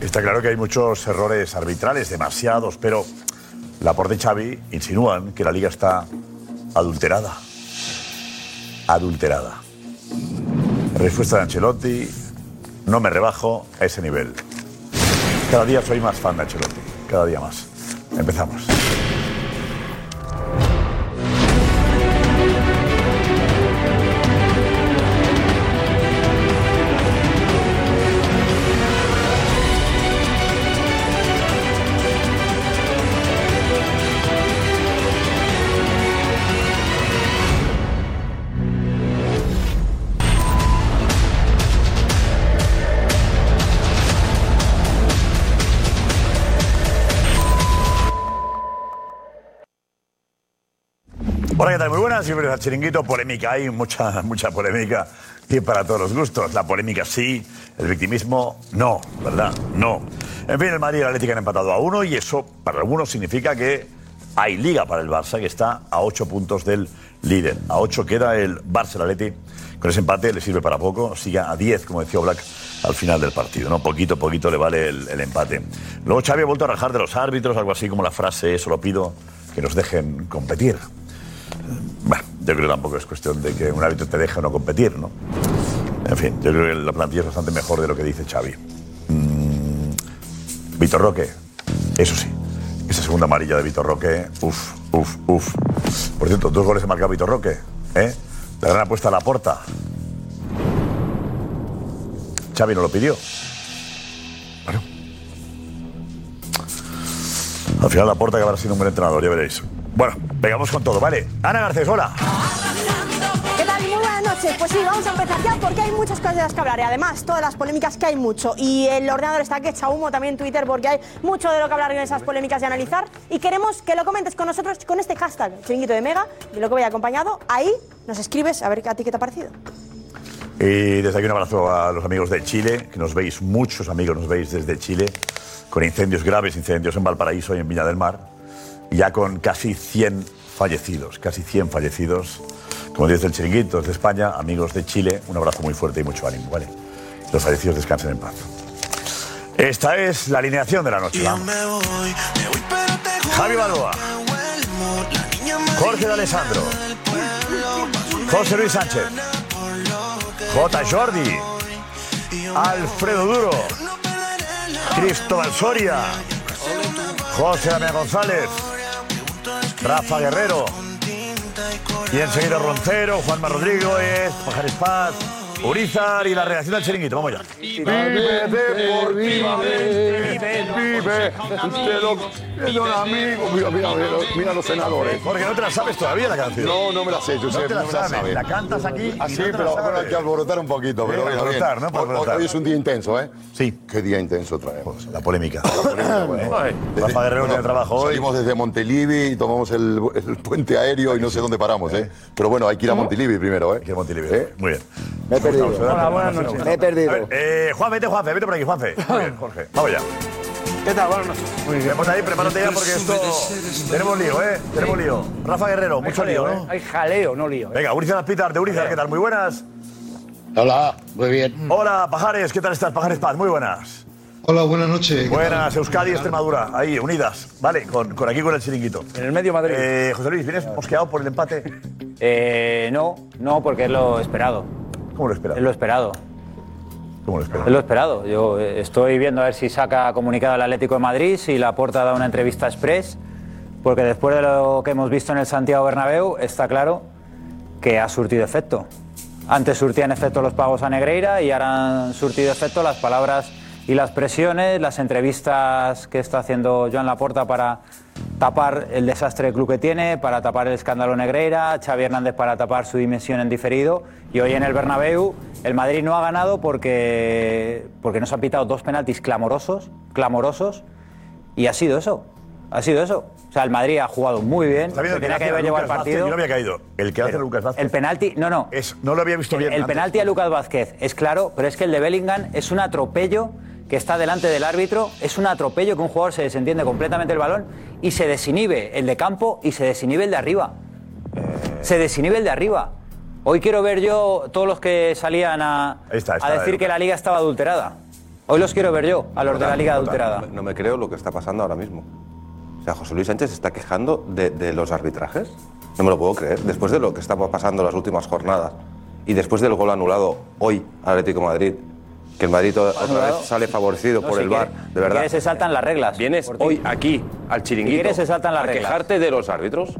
Está claro que hay muchos errores arbitrales, demasiados, pero Laporte y Xavi insinúan que la liga está adulterada. Adulterada. Respuesta de Ancelotti, no me rebajo a ese nivel. Cada día soy más fan de Ancelotti, cada día más. Empezamos. Hola, ¿qué tal? Muy buenas, bienvenidos a Chiringuito. Polémica hay, mucha, mucha polémica y para todos los gustos. La polémica sí, el victimismo no, ¿verdad? No. En fin, el Madrid y el Atlético han empatado a uno y eso para algunos significa que hay liga para el Barça, que está a ocho puntos del líder. A ocho queda el Barça, el Atleti. Con ese empate le sirve para poco, sigue a 10, como decía Black, al final del partido. ¿no? Poquito a poquito le vale el, el empate. Luego Xavi ha vuelto a rajar de los árbitros, algo así como la frase, solo pido que nos dejen competir. Bueno, yo creo que tampoco es cuestión de que un hábito te deje o no competir, ¿no? En fin, yo creo que la plantilla es bastante mejor de lo que dice Xavi. Mm, Vitor Roque, eso sí, esa segunda amarilla de Vitor Roque, uff, uff, uff. Por cierto, dos goles ha marcado Vitor Roque, ¿eh? La gran apuesta a la porta. Xavi no lo pidió. Bueno. Al final la porta acabará siendo un buen entrenador, ya veréis. Bueno, pegamos con todo, ¿vale? Ana Garcés, hola. ¿Qué tal? Muy buenas noches. Pues sí, vamos a empezar ya porque hay muchas cosas de las que hablar. Y además, todas las polémicas que hay mucho. Y el ordenador está que echa humo también en Twitter porque hay mucho de lo que hablar en esas polémicas y analizar. Y queremos que lo comentes con nosotros con este hashtag, chiringuito de Mega, de lo que voy acompañado. Ahí nos escribes a ver a ti qué te ha parecido. Y desde aquí un abrazo a los amigos de Chile, que nos veis, muchos amigos nos veis desde Chile, con incendios graves, incendios en Valparaíso y en Viña del Mar ya con casi 100 fallecidos, casi 100 fallecidos. Como dice el chiringuito, es de España, amigos de Chile, un abrazo muy fuerte y mucho ánimo, ¿vale? Los fallecidos descansen en paz. Esta es la alineación de la noche. vamos. Javi Balboa, Jorge de Alessandro, José Luis Sánchez, J. Jordi, Alfredo Duro, Cristóbal Soria, José Damián González, Rafa Guerrero, y enseguida Roncero, Juanma Rodríguez, Pajares Paz, Urizar y la reacción del chiringuito. Vamos ya. Vive deportivamente, vive. Usted lo es un amigo. Mira, mira, mira, mira los senadores. Jorge, ¿no te la sabes todavía la canción? No, no me la sé, yo No te la sabes, la cantas aquí y Así, no te la pero sabes. bueno, hay que alborotar un poquito. Pero Sí, bueno, alborotar, bien. ¿no? Para Hoy- alborotar. Hoy es un día intenso, ¿eh? Sí. Qué día intenso traemos. La polémica. Bueno, Ay, Rafa Guerrero tiene trabajo hoy. Salimos desde Montelivi, tomamos el, el puente aéreo y no sé dónde paramos, ¿eh? Pero bueno, hay que ir a Montelivi primero, ¿eh? Aquí en Montilivi. ¿Eh? Muy bien. Me he perdido. Hola, buenas noches. Me he perdido. A ver, eh, Juan, vete, Juanfe, vete por aquí, Juanfe. Muy bien, Jorge. Vamos ya. ¿Qué tal? Buenas noches. Muy bien. Pues ahí, prepárate ya porque esto. Tenemos lío, ¿eh? Tenemos lío. Rafa Guerrero, mucho lío, Jaleo, ¿eh? ¿no? Hay jaleo, no lío. ¿eh? Venga, Urizar Pitar, de Urizar, ¿qué tal? Muy buenas. Mm. Hola, muy bien. Hola, Pajares, ¿qué tal estás? Pajares Paz, muy buenas. Hola, buenas noches. Buenas, Euskadi, Extremadura, ahí, unidas. Vale, con, con aquí con el chiringuito. En el medio Madrid. Eh, Eh, José Luis, ¿vienes mosqueado por el empate? Eh, no, no, porque es lo esperado. ¿Cómo lo esperas? Es lo esperado. ¿Cómo lo esperas? Es lo esperado. Yo eh, estoy viendo a ver si saca comunicado el Atlético de Madrid, si Laporta da una entrevista express, porque después de lo que hemos visto en el Santiago Bernabéu, está claro que ha surtido efecto. Antes surtían efecto los pagos a Negreira y ahora han surtido efecto las palabras y las presiones, las entrevistas que está haciendo Joan Laporta para tapar el desastre del club que tiene, para tapar el escándalo Negreira, Xavi Hernández para tapar su dimensión en diferido. Y hoy en el Bernabéu, el Madrid no ha ganado porque, porque nos han pitado dos penaltis clamorosos, clamorosos, y ha sido eso. Ha sido eso. O sea, el Madrid ha jugado muy bien. Está viendo se tenía hace que haber llevado el Lucas Vázquez, partido. yo no había caído. El que hace a Lucas Vázquez. El penalti, no, no. no lo había visto el, bien El antes. penalti a Lucas Vázquez es claro, pero es que el de Bellingham es un atropello que está delante del árbitro. Es un atropello que un jugador se desentiende completamente el balón y se desinhibe el de campo y se desinhibe el de arriba. Eh. Se desinhibe el de arriba. Hoy quiero ver yo todos los que salían a, está, a decir Lucas. que la liga estaba adulterada. Hoy los quiero ver yo, a los de la liga No, no, adulterada. No, me creo lo que está pasando ahora mismo. O sea, José Luis Sánchez se está quejando de, de los arbitrajes. No me lo puedo creer. Después de lo que está pasando las últimas jornadas y después del gol anulado hoy al Atlético de Madrid, que el Madrid otra Anulado. vez sale favorecido No, por si el quiere- bar, si de verdad. quiere se saltan las reglas. Vienes hoy aquí al chiringuito quieres se saltan las a reglas. quejarte de los árbitros.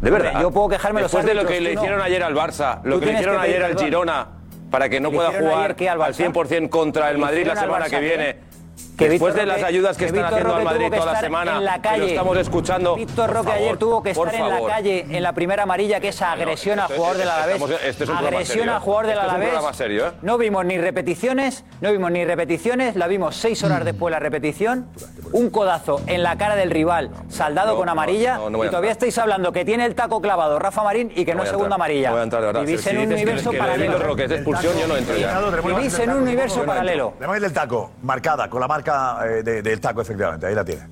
De verdad. Yo puedo quejarme de los Después de lo árbitros, que le tú no. hicieron ayer al Barça, Tú lo que le tienes hicieron que ayer pedir al perdón. Girona, para que no ¿Le pueda hicieron jugar ayer qué al al Barça? 100% contra el ¿Le Madrid la hicieron al semana que Barça qué? viene. Que Después Víctor de las Roque- ayudas que, que están Víctor haciendo al Roque tuvo Madrid que toda la estar semana, en la que lo calle. estamos escuchando. Víctor Por Roque favor, ayer tuvo que por estar en la favor. calle, en la primera amarilla, que es agresión a esto es- jugador del Alavés. estamos- este es un programa agresión serio. a jugador del Este es un Alavés. programa serio, ¿eh? No vimos ni repeticiones, no vimos ni repeticiones, la vimos seis horas después la repetición. Un codazo en la cara del rival, saldado no, con no, amarilla, no, no voy y a todavía entrar. estáis hablando que tiene el taco clavado Rafa Marín y que no, voy es a segunda entrar. amarilla. No voy a entrar, de verdad. Vivís Si en un dices que- universo que lo de paralelo. Víctor Roque es de expulsión, yo no entro ya. Eliminado, tenemos la Vivís imagen en del un taco. universo Yo no entro. paralelo. La imagen del taco, marcada, con la marca eh, de- del taco, efectivamente. Ahí la tiene.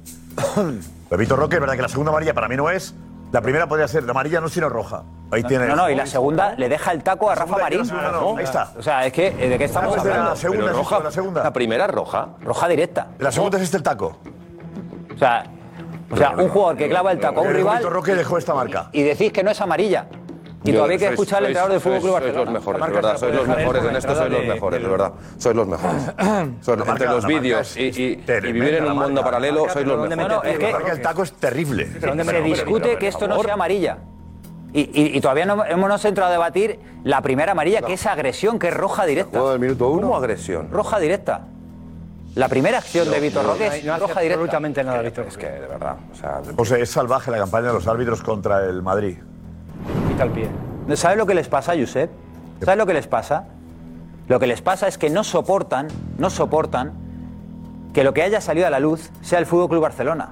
Pepito Roque, es verdad que la segunda amarilla para mí no es. La primera podría ser la amarilla, no, sino roja. Ahí tiene. No, no, y la segunda le deja el taco a Rafa segunda y la Marín. segunda no, ahí está. O sea, es que, eh, ¿de qué estamos Pues de la hablando? segunda, Pero es esto, roja, la segunda. La primera roja. Roja directa. La segunda es este el taco. O sea, o sea, un jugador que clava el taco a un El Pepito rival Roque dejó esta marca. y decís que no es amarilla. Y Yo- todavía hay que sois- escuchar al sois- entrenador del Fútbol sois- Club Sois los Barcelona. mejores, La de marca verdad. se la Sois los puede dejar mejores él en este esto, como sois los entrada mejores, de- de verdad. Sois los mejores. Sois- marca- entre los la marca vídeos es y, y- tremenda, y vivir en la un marca. mundo paralelo, marca, sois pero los ¿dónde mejores. metes? Es que- La marca del taco es terrible. se discute que esto no sea amarilla. Y, y- y todavía no hemos nos entrado a debatir la primera amarilla, que es agresión, que es roja directa. Juego del minuto uno. ¿Cómo agresión? Roja directa. La primera acción de Vitor Roque es roja directa. absolutamente nada, Víctor. Es que, de verdad, o sea, de- José, es salvaje la campaña de los árbitros contra el Madrid. Quita el pie. ¿Sabes lo que les pasa, Josep? ¿Sabes lo que les pasa? Lo que les pasa es que no soportan, no soportan que lo que haya salido a la luz sea el Fútbol Club Barcelona.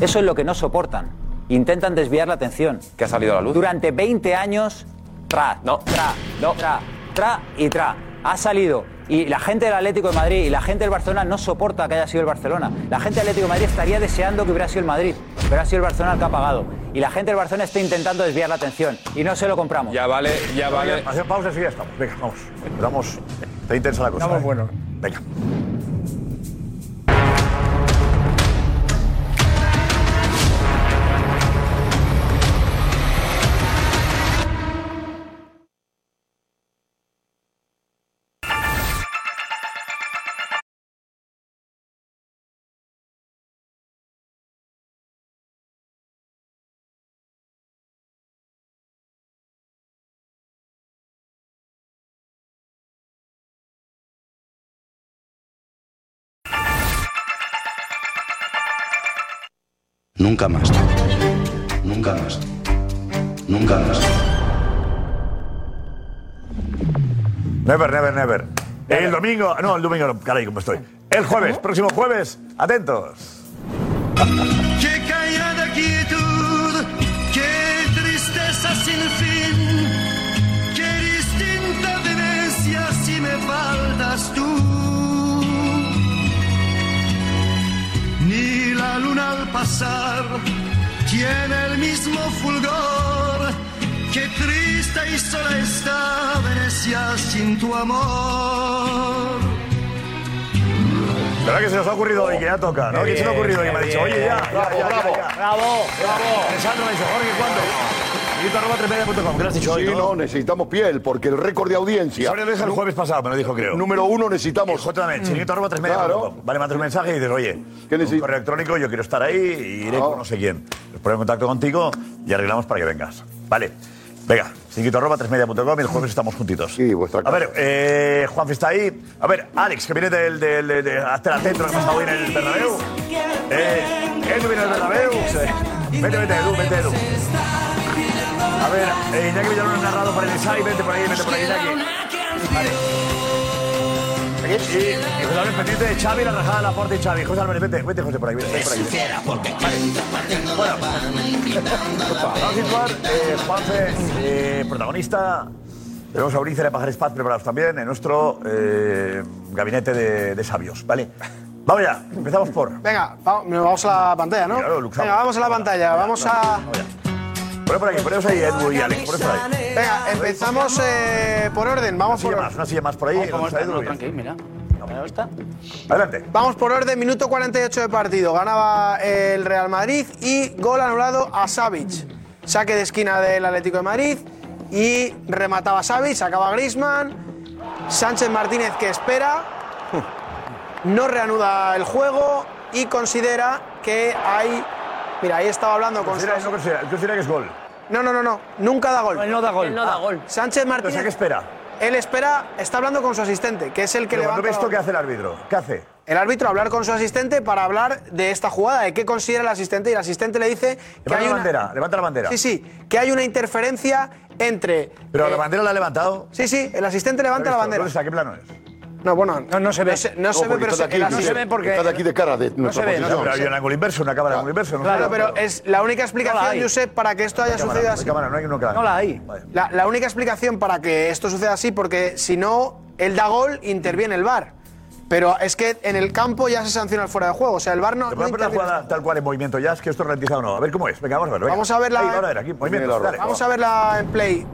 Eso es lo que no soportan. Intentan desviar la atención. que ha salido a la luz. Durante 20 años, tra, No. tra, tra, tra y tra. Ha salido. Y la gente del Atlético de Madrid y la gente del Barcelona no soporta que haya sido el Barcelona. La gente del Atlético de Madrid estaría deseando que hubiera sido el Madrid, pero ha sido el Barcelona el que ha pagado. Y la gente del Barcelona está intentando desviar la atención. Y no se lo compramos. Ya vale, ya vale. Hacemos pausa y ya estamos. Venga, vamos. Vamos. Está intensa la cosa. Estamos ¿eh? buenos. Venga. Nunca más. Nunca más. Nunca más. Never, never, never. El domingo, no, el domingo no, caray, cómo estoy. El jueves, próximo jueves, atentos. Qué callada quietud, qué tristeza sin fin, qué distinta Venecia si me faltas tú. Ni la luna al pasar tiene el mismo fulgor, qué triste y sola está Venecia sin tu amor. La verdad que se nos ha ocurrido hoy, que ya toca, ¿no? Que se nos ha ocurrido hoy, que me ha dicho, oye, ya, bravo, bravo, bravo, bravo. Pensando, me ha dicho, Jorge, ¿cuándo? Guito arroba tremedia.com, ¿qué le has dicho hoy? Sí, no? no, necesitamos piel, porque el récord de audiencia. Sobre el jueves pasado, me lo dijo, creo. Número uno Y necesitamos. J también, chiringuito arroba Claro. tremedia.com. Vale, mandas un mensaje y dices, oye, ¿Qué un necesitas? correo electrónico, yo quiero estar ahí y iré Ah. con no sé quién. Nos ponemos en contacto contigo y arreglamos para que vengas. Vale. Venga, chiringuito arroba tremedia.com y el jueves estamos juntitos. Sí, vuestra A casa. ver, eh, Juanfi está ahí. A ver, Alex, que viene del, del, del, del- hasta el centro que hemos estado hoy en el Bernabéu. Eh, él viene al Bernabéu. Sí. Vete, vete, Edu, vete, Edu. A ver, eh, Iñaki ya lo han narrado para el Inside. Vete por ahí, vete por ahí, Iñaki. Vale. Y, y José Álvarez pendiente de Xavi, la rajada de la puerta y Xavi. José Álvarez, vete, vete, José, por ahí, vete, vete por ahí. Vale. Bueno, vamos a situar, eh, Juanfe, eh, protagonista. Tenemos a Ulises de Pajar Spaz preparados también en nuestro eh, gabinete de, de sabios, ¿vale? Vamos ya, empezamos por... Venga, va- nos vamos a la pantalla, ¿no? Claro, Luxao. Venga, vamos a la pantalla, vamos a... Poné por aquí, poneos ahí, Edu y Alex, poneos por ahí. Venga, empezamos eh, por orden, vamos por Más, una silla más por ahí. ¿Cómo está? No, tranquilo, mira. Adelante. Vamos por orden, minuto 48 de partido. Ganaba el Real Madrid y gol anulado a Savic. Saque de esquina del Atlético de Madrid y remataba Savic, sacaba Grisman. Sánchez Martínez que espera, no reanuda el juego y considera que hay. Mira, ahí estaba hablando con. Considera- no considera- considera que es gol. No, no, no, no. Nunca da gol. Ah. Él no da gol. Él no da gol. Sánchez Martínez. O sea, ¿qué espera? Él espera, está hablando con su asistente, que es el que Pero le va cuando ve esto, ¿qué hace el árbitro? ¿Qué hace? el árbitro hablar con su asistente para hablar de esta jugada, de qué considera el asistente, y el asistente le dice que Levanta hay la una, bandera, levanta la bandera. Sí, sí, que hay una interferencia entre. eh, Pero la bandera la ha levantado. Sí, sí, el asistente levanta la bandera. ¿Dónde está? ¿Qué plano es? No, bueno, no, se ve. No se, No, ve, porque pero está de el aquí, asistente- no se ve porque- Está de aquí de cara de No nuestra se ve, no posición. se ve. Pero hay un ángulo inverso, una cámara de ángulo inverso, no Claro, se ve. pero es la única No explicación, la hay. Josep, para que esto No hay haya cámara, sucedido no hay así. cámara, no hay- no hay cámara. No la hay. Vale. La, la única explicación para que esto suceda así, porque si no, el da gol, interviene el VAR. Pero es que en el campo ya se sanciona el fuera de juego. O sea, el VAR no. Te no voy a poner la interviene. jugada tal cual en movimiento ya, es que esto es ralentizado o no. A ver cómo es. Venga, vamos a ver. venga. Vamos a verla. Ahí, ahora a ver, aquí, movimiento. dale. Vamos a verla en play.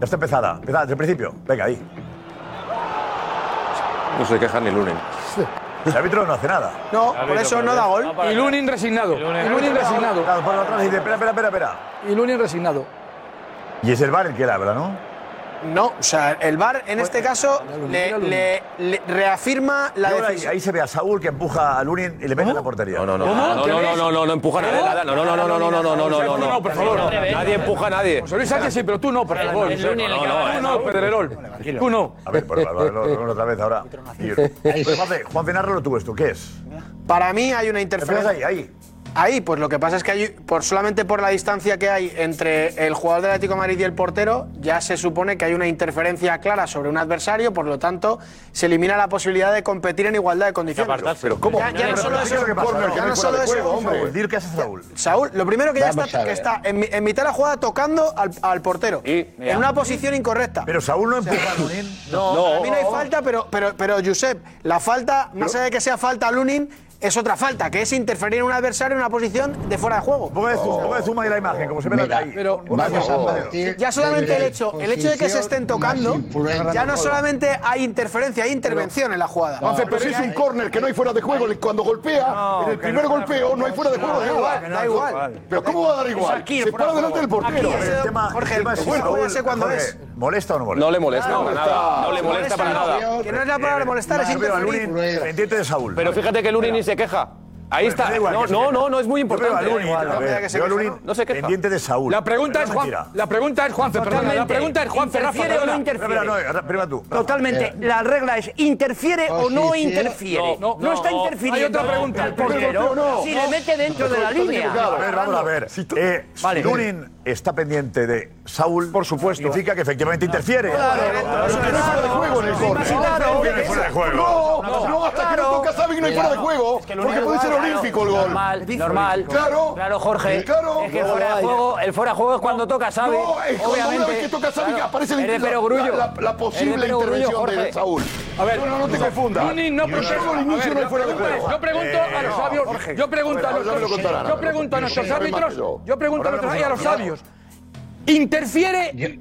Ya está empezada. Empezada desde el principio. Venga, ahí. No se queja ni Lunin. El árbitro no hace nada. No, El árbitro, por Dios. No, para Y Lunin resignado. Ah, Y Lunin resignado. Claro, por atrás y dice, espera, espera, espera, espera. Y Lunin resignado. Y es el VAR el que le habla, ¿no? No, o sea, el VAR en Pues, eh, este caso le, le- le reafirma la Y ahora ahí, decisión. ahí se ve a Saúl que empuja a Lunin y le mete en la portería. No, no, No, no, no, no, no, no, no empuja a nadie. nada. No, no, no, no, no, no, no, no, no, no, No, por favor. Nadie empuja a nadie. José Luis Sánchez sí, pero tú no, por favor. el Lunin, el que va a Tú ganar. no, Pedrerol. Tú no. A ver, por favor, lo- lo- lo- otra vez ahora. Pues, Juanfe, Juanfe, nárralo tú esto. ¿Qué es? Para mí hay una interferencia. Ahí, ahí. Ahí, pues lo que pasa es que hay, por, solamente por la distancia que hay entre el jugador del Atlético de Madrid y el portero, ya se supone que hay una interferencia clara sobre un adversario, por lo tanto, se elimina la posibilidad de competir en igualdad de condiciones. Pero ¿cómo? Ya, ya no solo eso, que pasa, ya no solo eso, hombre. Dir que hace Saúl. Saúl, lo primero que ya Vamos a está, ver. que está en, mi- en mitad de la jugada tocando al, al portero. mira. en una posición incorrecta. Pero Saúl no empuja a Lunin. No, para mí no hay falta, pero, pero, pero Josep, la falta, más allá de que sea falta a Lunin, es otra falta, que es interferir en un adversario en una posición de fuera de juego. Ponga de zoom, ponga de zoom ahí la imagen, como se ve Mira, ahí. pero Ponga de vamos zoom. a partir Ya solamente el hecho, el hecho de que se estén tocando, ya no solamente hay interferencia, hay intervención en la jugada. Juanfe, pero es un córner que no hay fuera de juego. Cuando golpea, en el primer golpeo no hay fuera de juego. da igual, da igual. Pero ¿cómo va a dar igual? Se para delante del portero. El tema, el tema es si Saúl- Jorge, ¿Molesta o no molesta? No le molesta Ah, para nada. No le molesta para nada. Que no es la palabra molestar, es Yo veo a Lunin interferir. pendiente de Saúl. Pero fíjate que Lunin ni se queja. Ahí está. da igual No, que se no, queja. no, no, es muy Yo veo a importante. Lunin, Da a igual. ver, veo a Lunin No se queja. pendiente de Saúl. La pregunta es Juan. mentira. La pregunta es Juanfe, perdona. La Totalmente. pregunta es Juanfe, Rafa. ¿Interfiere o no perdona. interfiere? Espera, no, Rafa, prima tú. Rafa. Totalmente. La regla es interfiere o no interfiere. No, está interfiriendo. El portero, si le mete dentro de la línea. A ver, vamos a ver. Eh, si Vale. Lunin está pendiente de Saúl, por supuesto, significa que efectivamente interfiere. No, no, hasta que no toca Sabic no hay fuera de juego. Porque puede ser olímpico el gol. Normal, normal. Claro. Claro, Jorge. Claro. Es que el fuera de juego, el fuera de juego es cuando toca, ¿sabes? No, es cuando una vez que toca Sabic aparece el- el de perogrullo. la- la- la posible El de perogrullo, intervención de Jorge. Saúl. A ver, No, no, no te confundas. Lunin no Yo protege. llego al A inicio, ver, no hay yo fuera de pregunto- juego. Yo pregunto a los Eh, sabios. Jorge. Yo pregunto a Bueno, ya me lo nuestros contarán, yo pregunto a yo nuestros soy más árbitros. que yo. Yo pregunto a Ahora nuestros hablamos y a los de Saúl. sabios. ¿Interfiere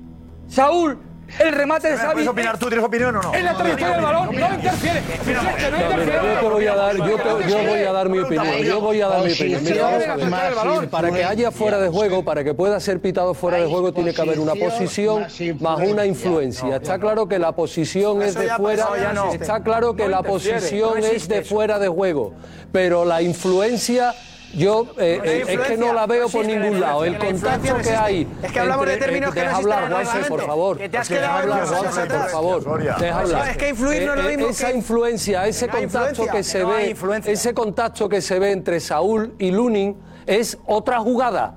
Saúl el remate de Espera, Sabi? ¿Puedes opinar tú? ¿Tienes opinión o no? En la trayectoria del balón, no interfiere. eh, Vicente, no interfiere. Yo te voy a dar, yo te- yo voy a dar mi opinión. Yo voy a dar mi opinión. Mira, vamos a ver. Para que haya fuera de juego, para que pueda ser pitado fuera de juego, tiene que haber una posición más una influencia. Está claro que la posición es Eso de ya ha fuera. pasado, ya no. Está claro que No la interfiere, no posición existe es de eso. fuera de juego, pero la influencia Yo eh, No hay eh, es que no la influencia, veo no por existe ningún la lado. El influencia, la influencia contacto no que existe. hay. Es que hablamos de entre- términos que no Deja existen en hablar, el Juanfe, por reglamento. favor. Que te has quedado Deja hablar, en los Juanfe, años por atrás. favor. Gloria. Deja O sea, hablar. Ah, es que influir no es lo Eh, eh, mismo Esa que- influencia, ese No hay contacto influencia, que se no hay ve, ese contacto que se ve entre Saúl y Lunin es otra jugada.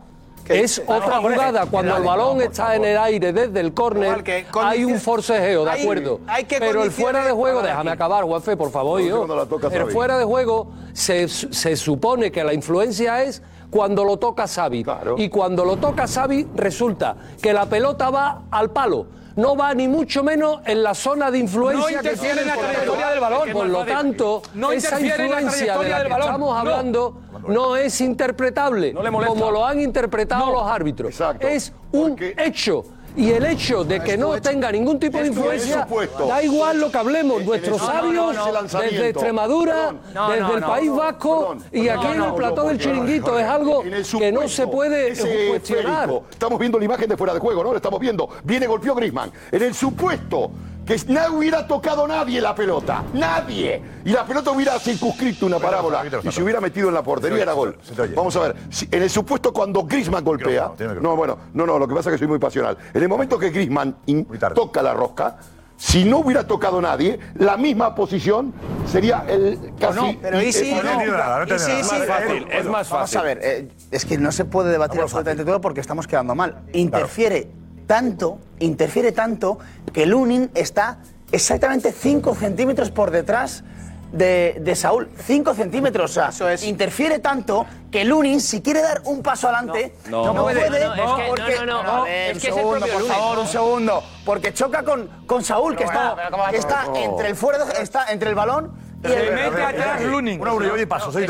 Es Vamos, otra Jorge, jugada cuando el dale, balón no, está en el aire desde el Igual córner, que hay condicio- un forcejeo, de hay- acuerdo. hay que Pero el fuera de condiciones- juego, Ahora déjame aquí. acabar, Juanfe, por favor, Porque yo. cuando la toca, El Xavi. fuera de juego se, se supone que la influencia es cuando lo toca Xavi. Y cuando lo toca Xavi resulta que la pelota va al palo. No va ni mucho menos en la zona de influencia No que interfiere tiene en la el portero. trayectoria del balón. Por lo No tanto, esa interfiere en la influencia de trayectoria la del que balón. estamos No. hablando no es interpretable le molesta. como lo han interpretado los árbitros. Es un hecho. Y el hecho de que no tenga ningún tipo de Es tu influencia, supuesto. da igual lo que hablemos, nuestros No, no, no, sabios no, no. lanzamiento. desde Extremadura, Perdón. No, desde no, el no, País no, Vasco perdón, y perdón, aquí en no, el no, plató no, del porque, chiringuito, Jorge, es algo en el que no supuesto, se puede ese cuestionar. esférico. Estamos viendo la imagen de fuera de juego, ¿no? Lo estamos viendo. Viene, golpeó Grisman. En el supuesto que no hubiera tocado nadie la pelota. Nadie. Y la pelota hubiera circunscrito una parábola. Y se hubiera metido en la portería, era gol. Vamos a ver. si- en el supuesto cuando Grisman golpea. No, bueno, no, no, lo que pasa es que soy muy pasional. En el momento que Grisman toca la rosca. Si no hubiera tocado nadie, la misma posición sería el casi. Pero y si eh, no, y si- si- Vamos a ver, eh, es que no se puede debatir absolutamente todo porque estamos quedando mal. Interfiere tanto, interfiere tanto que Lunin está exactamente 5 centímetros por detrás de, de Saúl. 5 centímetros, o sea, interfiere tanto que Lunin, si quiere dar un paso adelante, no, No, no. puede. No, no, no, es que- porque- no, no, no, A no, ver, es un que es el segundo, propio por Lunin. favor, un segundo. Porque choca con, con Saúl, que bueno, está, pero ¿cómo va a que está chocar? entre el fuera, de- está entre el balón y el. Una y paso, soy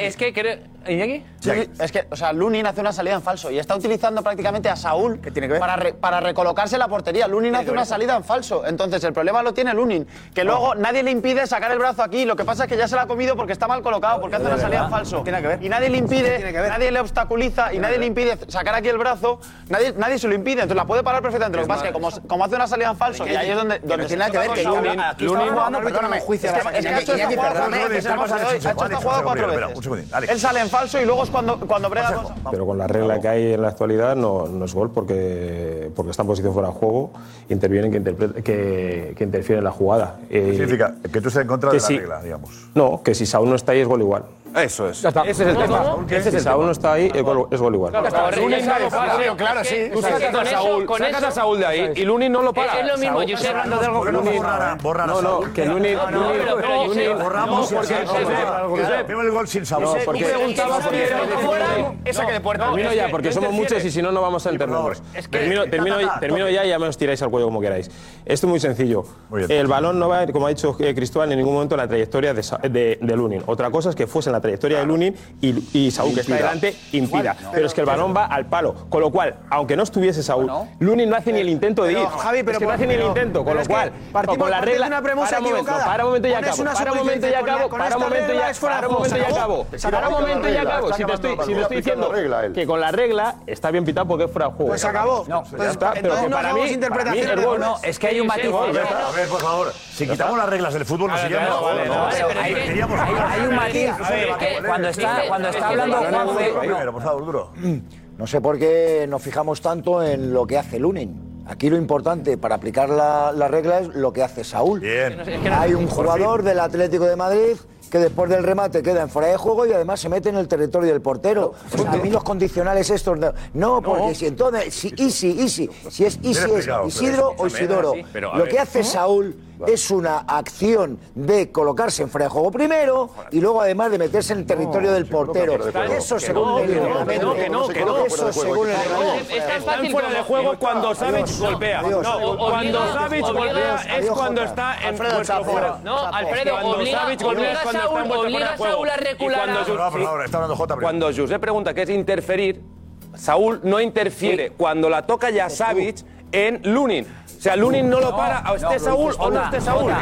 Es que, eh, Iñaki. es que Sí, es que, o sea, Lunin hace una salida en falso y está utilizando prácticamente a Saúl Para, re- para recolocarse en la portería. Lunin hace una salida en falso. Entonces, el problema lo tiene Lunin, que Oh. luego nadie le impide sacar el brazo aquí. Lo que pasa es que ya se la ha comido porque está mal colocado, porque hace una salida en falso. Y nadie le impide, nadie le obstaculiza y nadie le impide sacar aquí el brazo. Nadie, nadie se lo impide, entonces la puede parar perfectamente. Lo que pasa es que como, como hace una salida en falso, y ahí es donde, Que no donde tiene nada que ver, que Lunin- Lunin- perdóname, juicio a la es que- es que máquina. ha hecho esta Iñaki, jugada perdóname, cuatro que veces, estamos hemos hablado- hablando- ha hecho esta Alex, jugada un cuatro segundito, espera, veces. un segundito, Alex. Él sale en falso y luego es cuando, cuando brega con- Pero con la regla que hay en la actualidad no, no es gol porque, porque está en posición fuera de juego, intervienen que, interpre- que, que interfieren en la jugada. Eh, Significa que tú estás en contra de que la sí. regla, digamos. No, que si Saúl no está ahí es gol igual. Eso es. Ese es el ¿Cómo? tema. ¿Cómo? Si Saúl no está ahí es gol, es gol igual. Claro, Claro, Saúl Lunin está no lo para. Claro, claro, sí. Tú sacas a Saúl, sacas a Saúl de ahí y Lunin no lo para. Es lo mismo, Saúl- yo estoy hablando de algo que no Lunin- borrar, borrar a No, no, Saúl. que Lunin. No, no, Lunin- pero- pero Lunin- Josep, no, borramos porque- a Josep. Josep, Veo el gol sin No, sabor. porque- Esa que de puerta. Termino ya, porque No somos interfiere. muchos y si no, no vamos a entendernos. Termino, termino, Ta, ta, ta, termino ya y ya me os tiráis al cuello como queráis. Esto es muy sencillo. El balón no va, como ha dicho eh, Cristóbal, en ningún momento en la trayectoria de, Sa- de- de Lunin. Otra cosa es que fuese en la trayectoria de Lunin y, y Saúl, que está Impida. delante, impida. Pero es que el balón va al palo. Con lo cual, aunque no estuviese Saúl, Lunin no hace ni el intento de ir. Eh, Pero, Javi, pero es que no por- hace ni el pero- intento. Con pero lo es que cual, partimos- con la partes de regla. una premisa para un momento, equivocada. para un momento y Pones acabo. una Para un momento y superficie con la- acabo. con Para un esta momento y regla es fuera de acabo. Para un juego, momento y se acabó. acabo. Se Para un acabó. momento y Está acabo. Si te acabando, estoy, si Pablo. te estoy diciendo que con la regla está bien pitado porque es fuera de juego. Pues se acabó. No, Entonces, ya está, pero entonces que no hagamos para mí, para mí interpretaciones el de gol. No, es que hay un matiz. A ver, a ver, por favor. Si quitamos las reglas del fútbol, nos Claro, iríamos. claro, No, vale, no, pero no, hay- no, iríamos- hay- hay un matiz. A ver, Es que vale. cuando está- cuando está hablando Duro, duro, Juanfe- duro, primero, por favor, duro. No sé por qué nos fijamos tanto en lo que hace Lunin. Aquí lo importante para aplicar la, la regla es lo que hace Saúl. Hay un jugador del Atlético de Madrid que después del remate queda en fuera de juego y además se mete en el territorio del portero. O sea, a mí los condicionales estos no, no, porque si entonces si easy easy si es Bien easy es explicado, Isidro pero o escúchame, Isidoro. así. Pero, a Lo ver. que hace Saúl es una acción de colocarse en fuera de juego primero y luego además de meterse en el territorio del portero. Eso según el reglamento. Eso según el reglamento. Está Está en fácil fuera de juego cuando Savic golpea. No, cuando Savic golpea es cuando está en vuestro fuera. No, Alfredo, Cuando obliga, Savic golpea es obliga a cuando está en Saúl, vuestro obliga fuera a de juego. Saúl a Y recular cuando a- Josep- Cuando José pregunta qué es interferir, Saúl no interfiere cuando la toca ya Savic en Lunin. O sea, Lunin no lo para, o esté Saúl o no esté Saúl.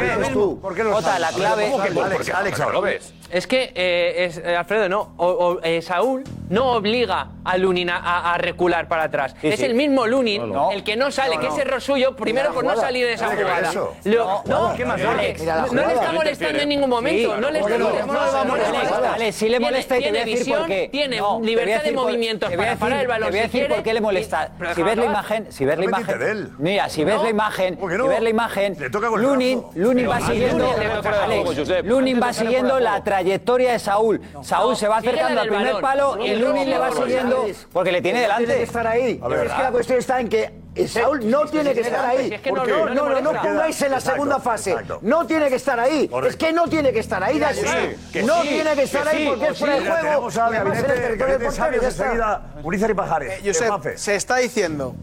¿Por qué lo Jota, sabes? la clave- ¿Cómo que por- Alex, porque- Alex, ¿Por qué ahora. lo ves? Es que, eh, es- eh, Alfredo, no. o- o, eh, Saúl no obliga a Lunin a, a- a recular para atrás. Sí, es sí. el mismo Lunin No, no. el que no sale, No, que no. es error suyo, primero Mira la por no jugada. salir de esa Tiene que ver jugada. eso. Lo- No, no, ¿qué más da? porque Mira la no le jugada. está molestando en ningún momento. Sí, no le está ¿cómo que no? molestando. No le va a molestar. Vale, si le molesta y te tiene voy a decir visión, por qué. Tiene No, te voy a libertad de decir por- movimientos te voy a para decir- parar el balón. Te voy a si decir quiere, por qué le y- molesta. pero Si ves la acabar. imagen, si ves la No me quite de imagen, él. mira, si ves No, la imagen, ¿por qué no? si ves la imagen, Le toca con el Lunin, brazo. Lunin Pero va antes de siguiendo, tocar el fuera de Alex, juego, Lunin va Josep. Antes de tocar el fuera siguiendo de la juego. trayectoria de Saúl. Saúl se va sigue la acercando al del primer balón. palo Luego y el Lunin robo, le va luego el siguiendo balón. porque le tiene No tiene que delante. estar ahí. A ver, es que ah. la cuestión está en que Saúl no tiene que estar ahí. Si es que no, Porque- no, no le no, no, no molesta. pongáis en la Exacto, segunda fase. No tiene que estar ahí. Es que no tiene que estar ahí. Mira, ya está. sí, que no sí, tiene que estar ahí sí, porque es sí. fuera de Mira, juego. tenemos a y además en el Gabinete- territorio Gabinete contrario, Sabios ya está. enseguida. Urizar y Pajares. Eh, Josep, Mbappé. se está diciendo,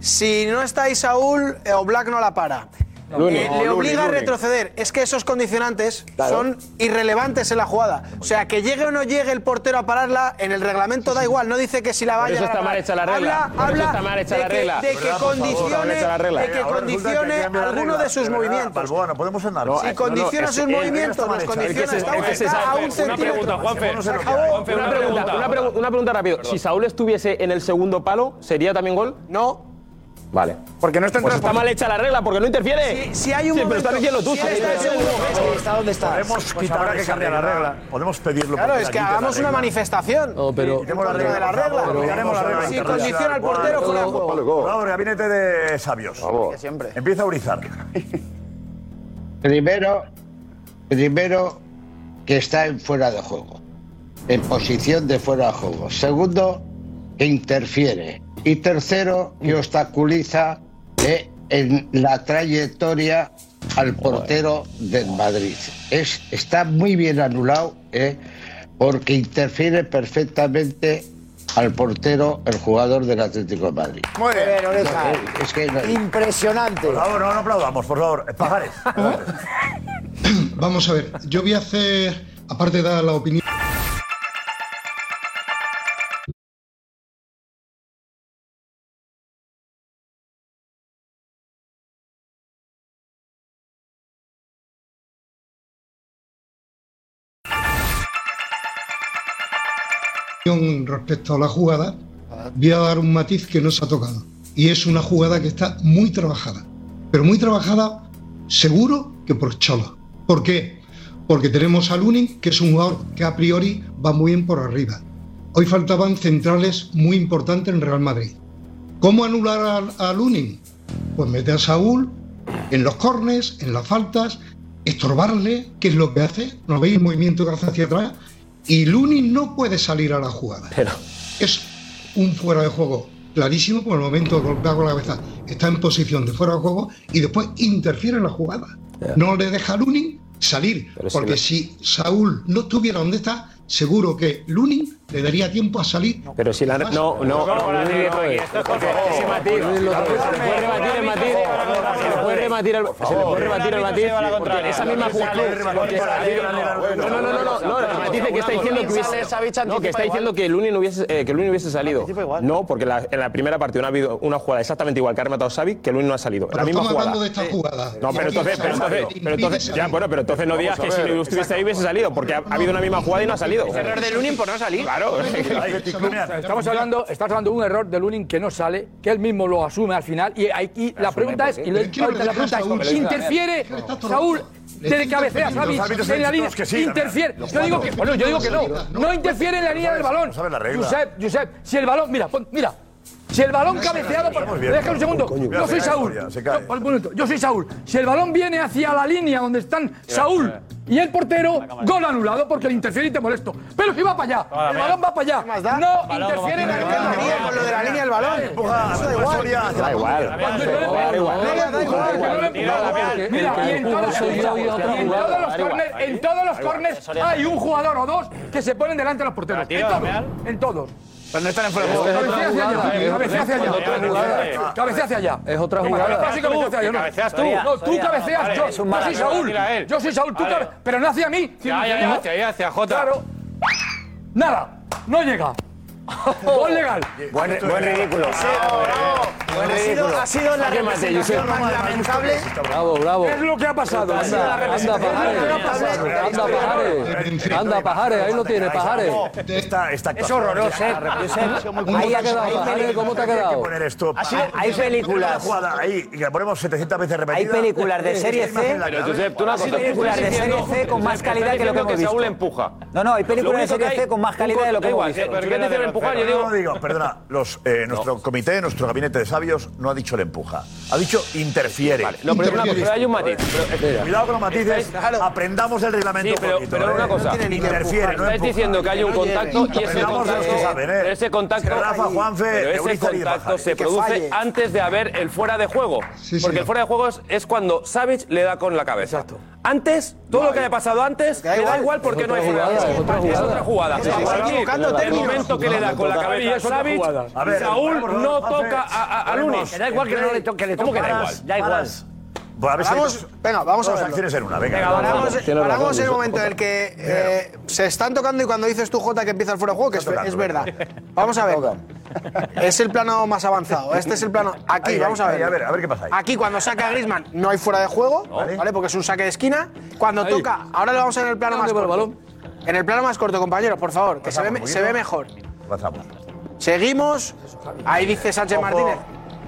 si no está ahí Saúl, eh, o Black no la para. Lunin. Eh, No, le Lunin, obliga a Lunin. retroceder. Es que esos condicionantes Claro. son irrelevantes en la jugada. O sea, que llegue o no llegue el portero a pararla, en el reglamento da igual. No dice que si la va a Por eso llegar a está mal parar. hecha la regla. Habla, Por eso habla está mal hecha de la que- regla. de que ¿Verdad, por favor? Está mal condicione, hecha la regla. ¿eh? de que Ahora resulta que condicione cambia la alguno regla, eh, de sus de verdad, movimientos. Balboa, no podemos andar. Si condiciona sus movimientos, nos condiciona. Está Es que Ah, se- a Juanfe, un centímetro. Una pregunta, Juanfe. Se acabó. Juanfe, una pregunta, una pregu- una pregunta rápido. Si Saúl estuviese en el segundo palo, ¿sería también gol? No. Vale. Porque no está pues está mal hecha la regla, porque no interfiere. Si, si hay un Sí, pero momento- estás diciendo tú. si él sí. está en segundo momento, está donde está. Podemos quitar Pues que cambiar la regla. Podemos pedirlo. Claro, es que hagamos una manifestación. No, pero. Quitemos la regla. de la regla. Quitemos la regla. Si condiciona al portero, fuera de juego. Ahora, gabinete de sabios. Siempre. Empieza a Urizar. Primero, primero que está en fuera de juego, en posición de fuera de juego. Segundo, que interfiere. Y tercero, que obstaculiza eh, en la trayectoria al portero del Madrid. Es, está muy bien anulado eh, porque interfiere perfectamente al portero, el jugador del Atlético de Madrid. Muy bien, oreja. Es que no- Impresionante. Por favor, no, no aplaudamos, por favor. Pajares. Vamos a ver, yo voy a hacer, aparte de dar la opinión. respecto a la jugada, voy a dar un matiz que no se ha tocado. Y es una jugada que está muy trabajada. Pero muy trabajada, seguro que por Chola. ¿Por qué? Porque tenemos a Lunin, que es un jugador que a priori va muy bien por arriba. Hoy faltaban centrales muy importantes en Real Madrid. ¿Cómo anular a, a Lunin? Pues meter a Saúl en los cornes, en las faltas, estorbarle, que es lo que hace. ¿No veis el movimiento que hace hacia atrás? Y Lunin no puede salir a la jugada. Es un fuera de juego clarísimo por el momento de golpear con la cabeza. Está en posición de fuera de juego y después interfiere en la jugada. No le deja a Lunin salir. si porque le- si, Saúl no estuviera donde está, seguro que Lunin le daría tiempo a salir. Pero si la. No, no. no, no, no, es. Ese matiz. Se le puede rebatir el matiz. Se le puede rebatir el Se le puede rebatir el matiz. porque Esa misma jugada. porque- No, no, no, no, no, no, el matiz de que está diciendo que Sale esa bicha hubiese, no, que anticipa está diciendo que Lunin hubiese, eh, que Lunin hubiese salido. No, porque la- en la primera partida no ha habido una jugada exactamente igual que ha rematado Xavi, que Lunin no ha salido. la Pero misma estamos jugada. hablando de esta jugada. No, pero entonces, pero entonces, pero entonces, ya, bueno, pero entonces no Vamos digas a que si ver. no estuviste ahí hubiese salido, porque ha, ha habido una misma jugada y no ha salido. Es error de Lunin por no salir. Claro. Estamos hablando, estás hablando de un error de Lunin que no sale, que él mismo lo asume al final. Y aquí la pregunta es, y lo- Pero quiero que la pregunta dejes a es, Saúl. ¿interfiere Pero está todo Saúl roto. Le desde está cabecea a interfiriendo. Xavi Los árbitros en la han dicho línea? todos que sí, también. Interfiere. Los Yo digo que, cuatro. bueno, yo digo que no. Los No interfiere en la línea del balón. No sabe la regla. Josep, Josep, si el balón, mira, pon- mira. Si el balón cabeceado por. viendo. Déjame un segundo. Coño, Yo se soy cae, Saúl. ya, se cae. Yo- un minuto. Yo soy Saúl. Si el balón viene hacia la línea donde están Saúl y el portero, gol anulado porque le interfiere y te molesto. Pero si va para allá, el balón va para allá. No interfiere en la línea del balón. Con lo de la línea del balón. Eso da igual. Da igual. Da igual. Mira, y en todos los- y en todos los corners- en todos los corners hay un jugador o dos que se ponen delante de los porteros. En todos. En todos. Pero no están en fuera de juego. Cabecea hacia allá, cabecea hacia allá. Cabecea hacia allá. Es otra Venga, jugada. cabecea, sí, cabecea hacia allá, no. Cabeceas tú. No, tú Soria, cabeceas. vale, yo, es un yo soy maravilla, Saúl. tira él. Yo soy Saúl, tú Vale. cabe- Pero no hacia mí. Ya, ya, ya, hacia- ya, hacia Jota. Claro. Nada. No llega. Gol legal. Ah, Buen ridículo. Bueno, ha sido, ha sido la representación más lamentable. Bravo, bravo. Es lo que ha pasado. Anda, anda, Pajares. Anda, Pajares. Anda, Pajares. Ahí lo tienes, Pajares. Está, está Es horroroso, ¿eh? ¿Cómo te ha quedado, Pajares? ¿Cómo te ha quedado? poner esto. Ha sido- Hay películas. Una jugada ahí, que la ponemos 700 veces repetida. Hay películas de serie C. Pero, Josep, tú una cosa. Hay películas de serie C con más calidad que lo que hemos visto. Saúl empuja. No, no, hay películas Lo de único que serie hay- C con más calidad de lo que Da hemos igual, visto. pero ¿qué dicen empujar? Yo No, no digo, perdona, los, eh, nuestro comité, nuestro gabinete de sabios no ha dicho el empuja, ha dicho interfiere. Vale, no, pero, es una cosa, pero hay un matiz. Pero- Cuidado con los matices, pues, aprendamos el reglamento Sí, pero, un poquito, pero ¿eh? una cosa. interfiere, no Estáis empuja. diciendo que hay un contacto y ese Aprendamos de los contacto. que saben, ¿eh? pero ese contacto. Que Rafa, Juanfe, pero ese Eurico y contacto Baja. se Y que produce falle. antes de haber el fuera de juego. porque el fuera de juego es, es cuando Savic le da con la cabeza. Antes, todo lo que haya pasado antes, le da igual porque no hay fuera de juego. Es otra jugada. Sí, sí, sí. Para Está mí, equivocando El términos. momento que le da con la Y cabeza es otra Savic, jugada. A ver, por Saúl favor, no Juanfe, toca a- a- a ponemos Lunis. Que da igual que no le to- que le ¿Cómo que da tocaras? igual? Da igual. Bueno, Pues a ver si Paramos- hay dos- venga, vamos a dos verlo. acciones en una, venga. Venga, vamos. paramos, Tienes razón, paramos en el Josep. momento en el que eh, se están tocando y cuando dices tú, Jota, que empieza el fuera de juego, que es, es verdad. Vamos a ver. Es el plano más avanzado. Este es el plano. Aquí, Ahí, vamos ahí, a ver. ahí, a ver, a ver qué pasa ahí. Aquí, cuando saca a Grisman, no hay fuera de juego, ¿vale? Porque es un saque de esquina. Cuando toca, ahora lo vamos a ver en el plano más corto. En el plano más corto, compañeros, por favor, que se ve, Pasamos, se ve Pues poquito. mejor. Pasamos. Seguimos. Ahí dice Sánchez Ojo, Martínez.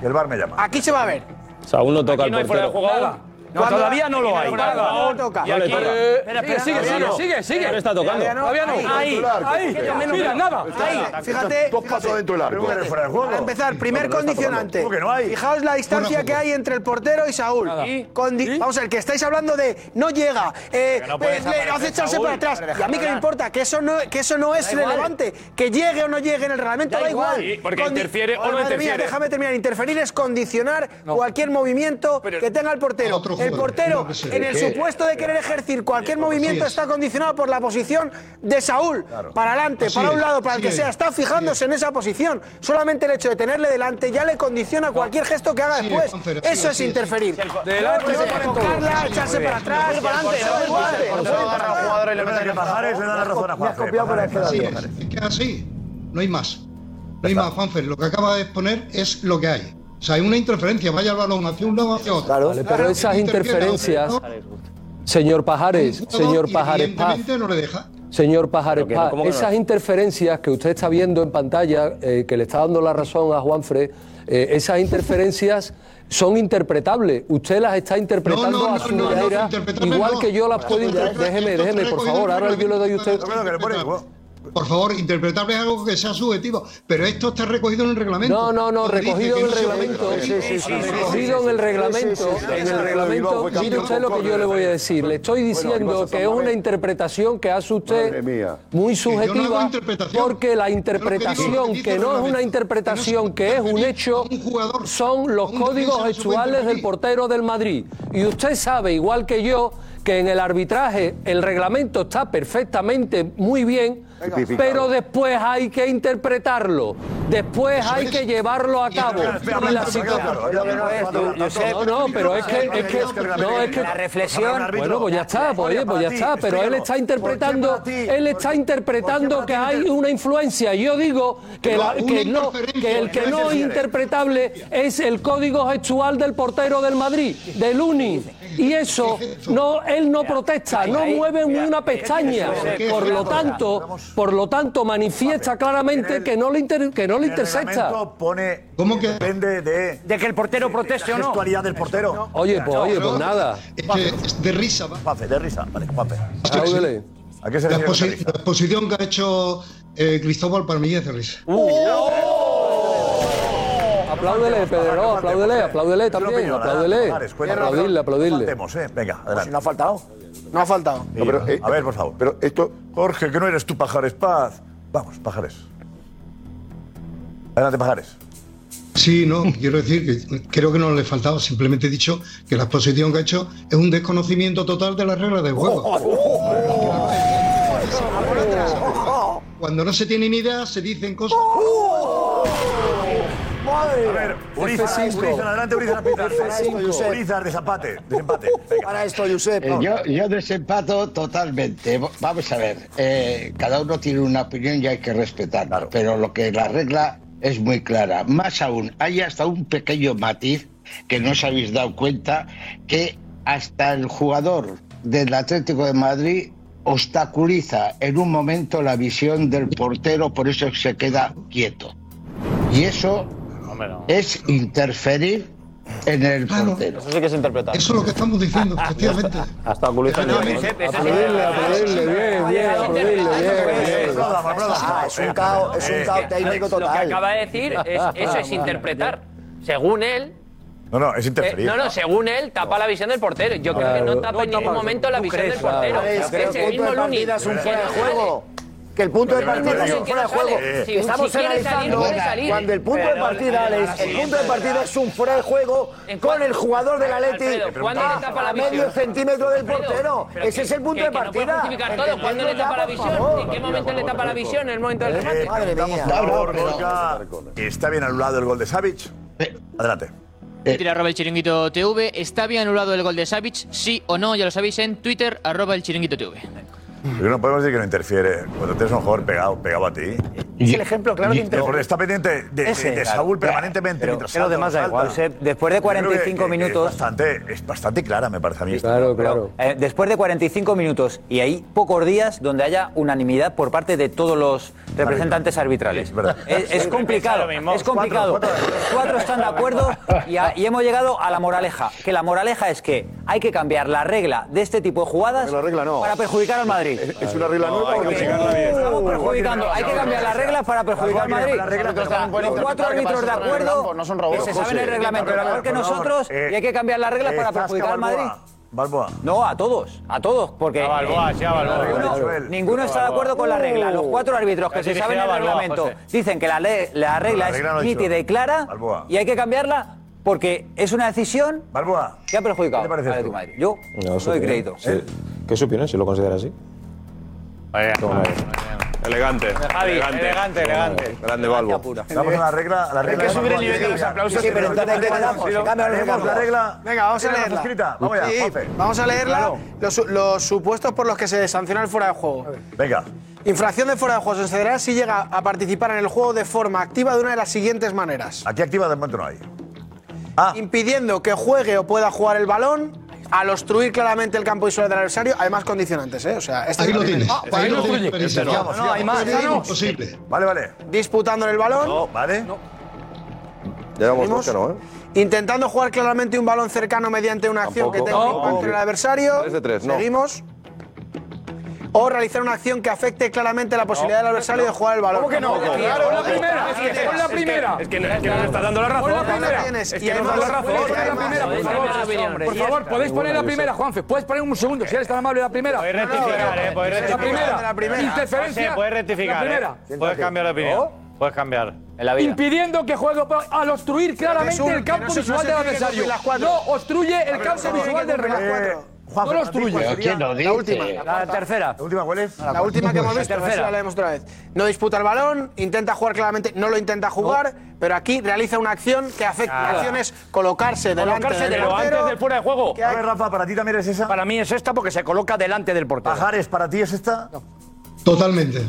que el bar me llama. Aquí se va a ver. Saúl no toca Aquí al no hay fuera de portero. juego aún. No, todavía no lo hay. Aún. toca. Y aquí- Eh, Espera, sigue, espera, sigue, todavía no. sigue, sigue. No está tocando. Todavía no. Todavía Ahí, ahí, Ahí. Mira, nada. Ahí, fíjate. Dos pasos dentro del arco. Fuera de juego. Para empezar, primer No, pero no está condicionante. tocando. ¿Cómo que no hay? Fijaos la distancia que hay entre el portero y Saúl. Condi- Vamos a ver, que estáis hablando de no llega, eh, Que no puedes eh, le hace aparecer, echarse Saúl. para atrás. Pero Y a mí que me déjalo importa, que eso no, que eso no es Da igual. relevante. Que llegue o no llegue en el reglamento, da, Da igual. igual. Sí, porque Condi- interfiere o Ay, madre no mía, interfiere. déjame terminar. Interferir es condicionar cualquier movimiento que tenga el portero. el jugador, portero, no que se- en el ¿Qué? supuesto de querer ejercer cualquier movimiento, es. está condicionado por la posición de Saúl. Para adelante, Así para un es, lado, para el así que es. sea. Está fijándose en esa posición. Solamente el hecho de tenerle delante ya le condiciona cualquier gesto que haga Así es, después. Juanfer, así Eso es, es así es. interferir. No, Delante se no, para toca. tocarla, echarse Muy para bien. atrás. Para adelante, no, no, igual. no, no, No, no, para no, atrás. jugador y le meten Pajares le da la razón a Me has Juanfe, copiado, pero es que da Pajares. bien. Sí, Así es. Es que es así, no hay más. No hay más, Juanfer. Lo que acaba de exponer es lo que hay. O sea, hay una interferencia, vaya el balón hacia un lado hacia otro. Vale, pero esas Interfiere a otro, interferencias, ¿no? señor Pajares, señor Y Pajares Paz, evidentemente no le deja. Señor Pajares Pero que no, Paz, ¿cómo que no? Ah, esas interferencias que usted está viendo en pantalla, eh, que le está dando la razón a Juanfre, eh, esas interferencias son interpretables. Usted las está interpretando No, no, a no, su no, no, manera, interpretable igual no. que yo las puedo Interpretable, interpretar. Déjeme, déjeme, por favor, ahora yo le doy a usted. Por favor, interpretable es algo que sea subjetivo, pero esto está recogido en el reglamento. No, no, no, Donde recogido dice en que el no se puede. reglamento. Recogido en el reglamento. En el reglamento. Mire usted lo que yo le voy a decir. Le estoy diciendo que es una interpretación que hace Madre usted mía. muy yo no hago subjetiva. Porque la interpretación, que no es una interpretación, que es un hecho, son los códigos gestuales del portero del Madrid. Y usted sabe, igual que yo, que en el arbitraje el reglamento está perfectamente muy bien, Tipificado. pero después hay que interpretarlo. Después hay que llevarlo a cabo. Y la situación- No, no, pero es que, es que, no, es que Bueno, pues ya está, pues, oye, pues ya está. Pero él está interpretando, él está interpretando que hay una influencia. Yo digo que, la- Una que no, interferencia, que el que no es interfiere. interpretable es el código gestual del portero del Madrid, del Uni. Y eso, no, él no protesta, no mueve ni una pestaña. Por lo tanto, por lo tanto manifiesta claramente que no le inter- que no le intercepta. reglamento pone. Depende de. De que el portero proteste o no. actualidad del portero. Oye, pues, oye, pues nada. de risa, va. de risa, vale, Juanfe. Áudele. ¿A qué se la, refiere con exposi- risa? la exposición que ha hecho eh, Cristóbal Palmillez de risa. Apláudele, Pedro, apláudele, apláudele también, apláudele. pues, Aplaudirle, aplaudirle. eh, Venga, adelante. No ha faltado. No ha faltado. Sí, eh, a ver, por favor. Pero esto. Jorge, que no eres tú, Pajares Paz. Vamos, Pajares. Adelante, Pajares. Sí, no, quiero decir que creo que no le faltaba, simplemente he dicho que la exposición que ha hecho es un desconocimiento total de las reglas del juego. Cuando no se tiene ni idea, se dicen cosas. A ver, Urizar, F5. Urizar, adelante, Urizar, a pitar. F5, Josep. Urizar, desempate, desempate. Para esto, Josep. Eh, yo, yo desempato totalmente. V- Vamos a ver, eh, cada uno tiene una opinión y hay que respetarla, pero lo que la regla es muy clara. Más aún, hay hasta un pequeño matiz que no os habéis dado cuenta que hasta el jugador del Atlético de Madrid obstaculiza en un momento la visión del portero, por eso se queda quieto. Y eso es interferir en el portero. Eso sí que es interpretar. Eso es lo que estamos diciendo, efectivamente. Hasta oculista. No, Aplaudirle, aplaudirle, bien, bien, aplaudirle, bien. Ah, es un caos, es un caos técnico Lo que total. acaba de decir es eso es interpretar. Según él, No, no, es eh, interferir. no, no, según él tapa la visión del portero. Yo creo que no tapa en ningún momento la visión del portero. Es que Ese el punto de mismo Lunin partida es un que fuera de no juego. Que el punto de Pero el partida es problema un fuera de es que no juego. sale. Si- Estamos si quiere salir, analizando puede salir. cuando el punto de Pero, partida, pero, Alex, el pero, punto de pero, partida es un fuera de juego con el jugador del Atleti Alfredo, ¿cuándo le tapa a, la a medio visión? centímetro del Alfredo, portero. pero Ese que- es el punto que- de que no puedes partida. justificar todo. ¿Cuándo le Entendedlo tapa ya, la por visión? favor. ¿En qué momento le tapa la visión? ¿En el momento del remate? Madre mía. Por favor, Gorka. ¿Está bien anulado el gol de Savic? Adelante. Tira arroba el chiringuito TV. ¿Está bien anulado el gol de Savic? Sí o no, ya lo sabéis en Twitter, arroba el chiringuito TV. Porque no podemos decir que no interfiere. Cuando tienes un jugador pegado, pegado a ti. Es el ejemplo claro de No, interferir. porque está pendiente de, de- Ese, de claro. Saúl permanentemente. Pero mientras que los salta, demás da salta. igual. Josep, después de Yo creo que- 45 que- que minutos- Es bastante, es bastante clara, me parece a mí. Claro, claro. después de 45 minutos y hay pocos días donde haya unanimidad por parte de todos los representantes arbitrales. es, es Sí, complicado, piensa lo mismo. es complicado. Los cuatro están de acuerdo y, a- y hemos llegado a la moraleja. Que la moraleja es que hay que cambiar la regla de este tipo de jugadas para perjudicar al Madrid. Es una regla nueva o Estamos perjudicando. Hay que cambiar las reglas para perjudicar al Madrid. Los cuatro árbitros de acuerdo que se saben el reglamento mejor que nosotros y hay que cambiar las reglas para perjudicar al Madrid. Balboa. No, Oh, a todos, a todos, porque eh, Balboa, sí, a Balboa. ninguno, ninguno está de acuerdo Uh. con la regla. Los cuatro árbitros que Casi se dije saben a el Balboa, reglamento José. dicen que la, le- la regla La regla no es he dicho. nítida y clara Balboa. y hay que cambiarla porque es una decisión que ha perjudicado al Atlético de Madrid. Yo No, doy crédito. ¿eh? ¿eh? ¿Qué ¿Qué es su opinión si lo considera así? Toma ahí. Elegante. Javi, elegante, elegante. Grande Balbo. Vamos a la regla. a La regla que subir el Balboa. nivel de los aplausos. Sí, pero entonces, ¿qué quedamos? hacemos? Cambia los Tenemos la aplausos. regla. Venga, vamos a Tiene la leerla. escrita. Vamos allá, Sí, Juanfe. vamos a leerla. Claro. Los, su- los supuestos por los que se sanciona el fuera de juego. Venga. Infracción de fuera de juego se considerará si llega a participar en el juego de forma activa de una de las siguientes maneras. Aquí activa de momento no hay. Impidiendo que juegue o pueda jugar el balón al obstruir claramente el campo visual del adversario, hay más condicionantes, ¿eh? O sea, este Ahí lo tienes. Ah, ahí lo obstruye. tienes. Perisic. Sigamos, sigamos. Es Sigamos. imposible. Vale, vale. Disputando el balón. vale. Ya vamos dos que no, ¿eh? Intentando jugar claramente un balón cercano mediante una acción Tampoco. que tenga No. un impacto en el adversario. Tres de tres, no. Seguimos. O realizar una acción que afecte claramente la posibilidad del adversario de jugar el balón. ¿Cómo que no? Tampoco. Claro, Pon la primera, Es que- pon la es que- primera. es que no- es que no le estás dando la razón. Pon la Ahí la primera. tienes, Es y que no además- das razón. Puedes Pon la poner la primera, por primera, favor. hombre, hombre, Por y favor, esta. podéis poner la Ninguna, primera, yo Juanfe. Puedes poner un segundo, si eres tan amable, la primera. Podéis rectificar, eh. Podéis La rectificar. primera. José, Interferencia. Puedes rectificar. La eh. primera. Puedes cambiar de opinión. Puedes cambiar. En la Impidiendo que juegue al obstruir claramente que no el campo se- no visual se del tiene que adversario. cumplir las cuatro. No obstruye el campo se tiene visual que del cumplir las reloj. cuatro. No lo obstruye. Pero ¿quién lo dice? La última. La tercera. ¿La última cuál es? La última que hemos visto, La a ver si tercera. la leemos otra vez. No disputa el balón, intenta jugar claramente, no lo intenta jugar, pero aquí realiza una acción que afecta. La Nada. acción es colocarse delante Colocarse del de- portero. antes del fuera de juego. A ver, Rafa, ¿para ti también es esa? Para mí es esta porque se coloca delante del portero. ¿Pajares para ti es esta? Totalmente.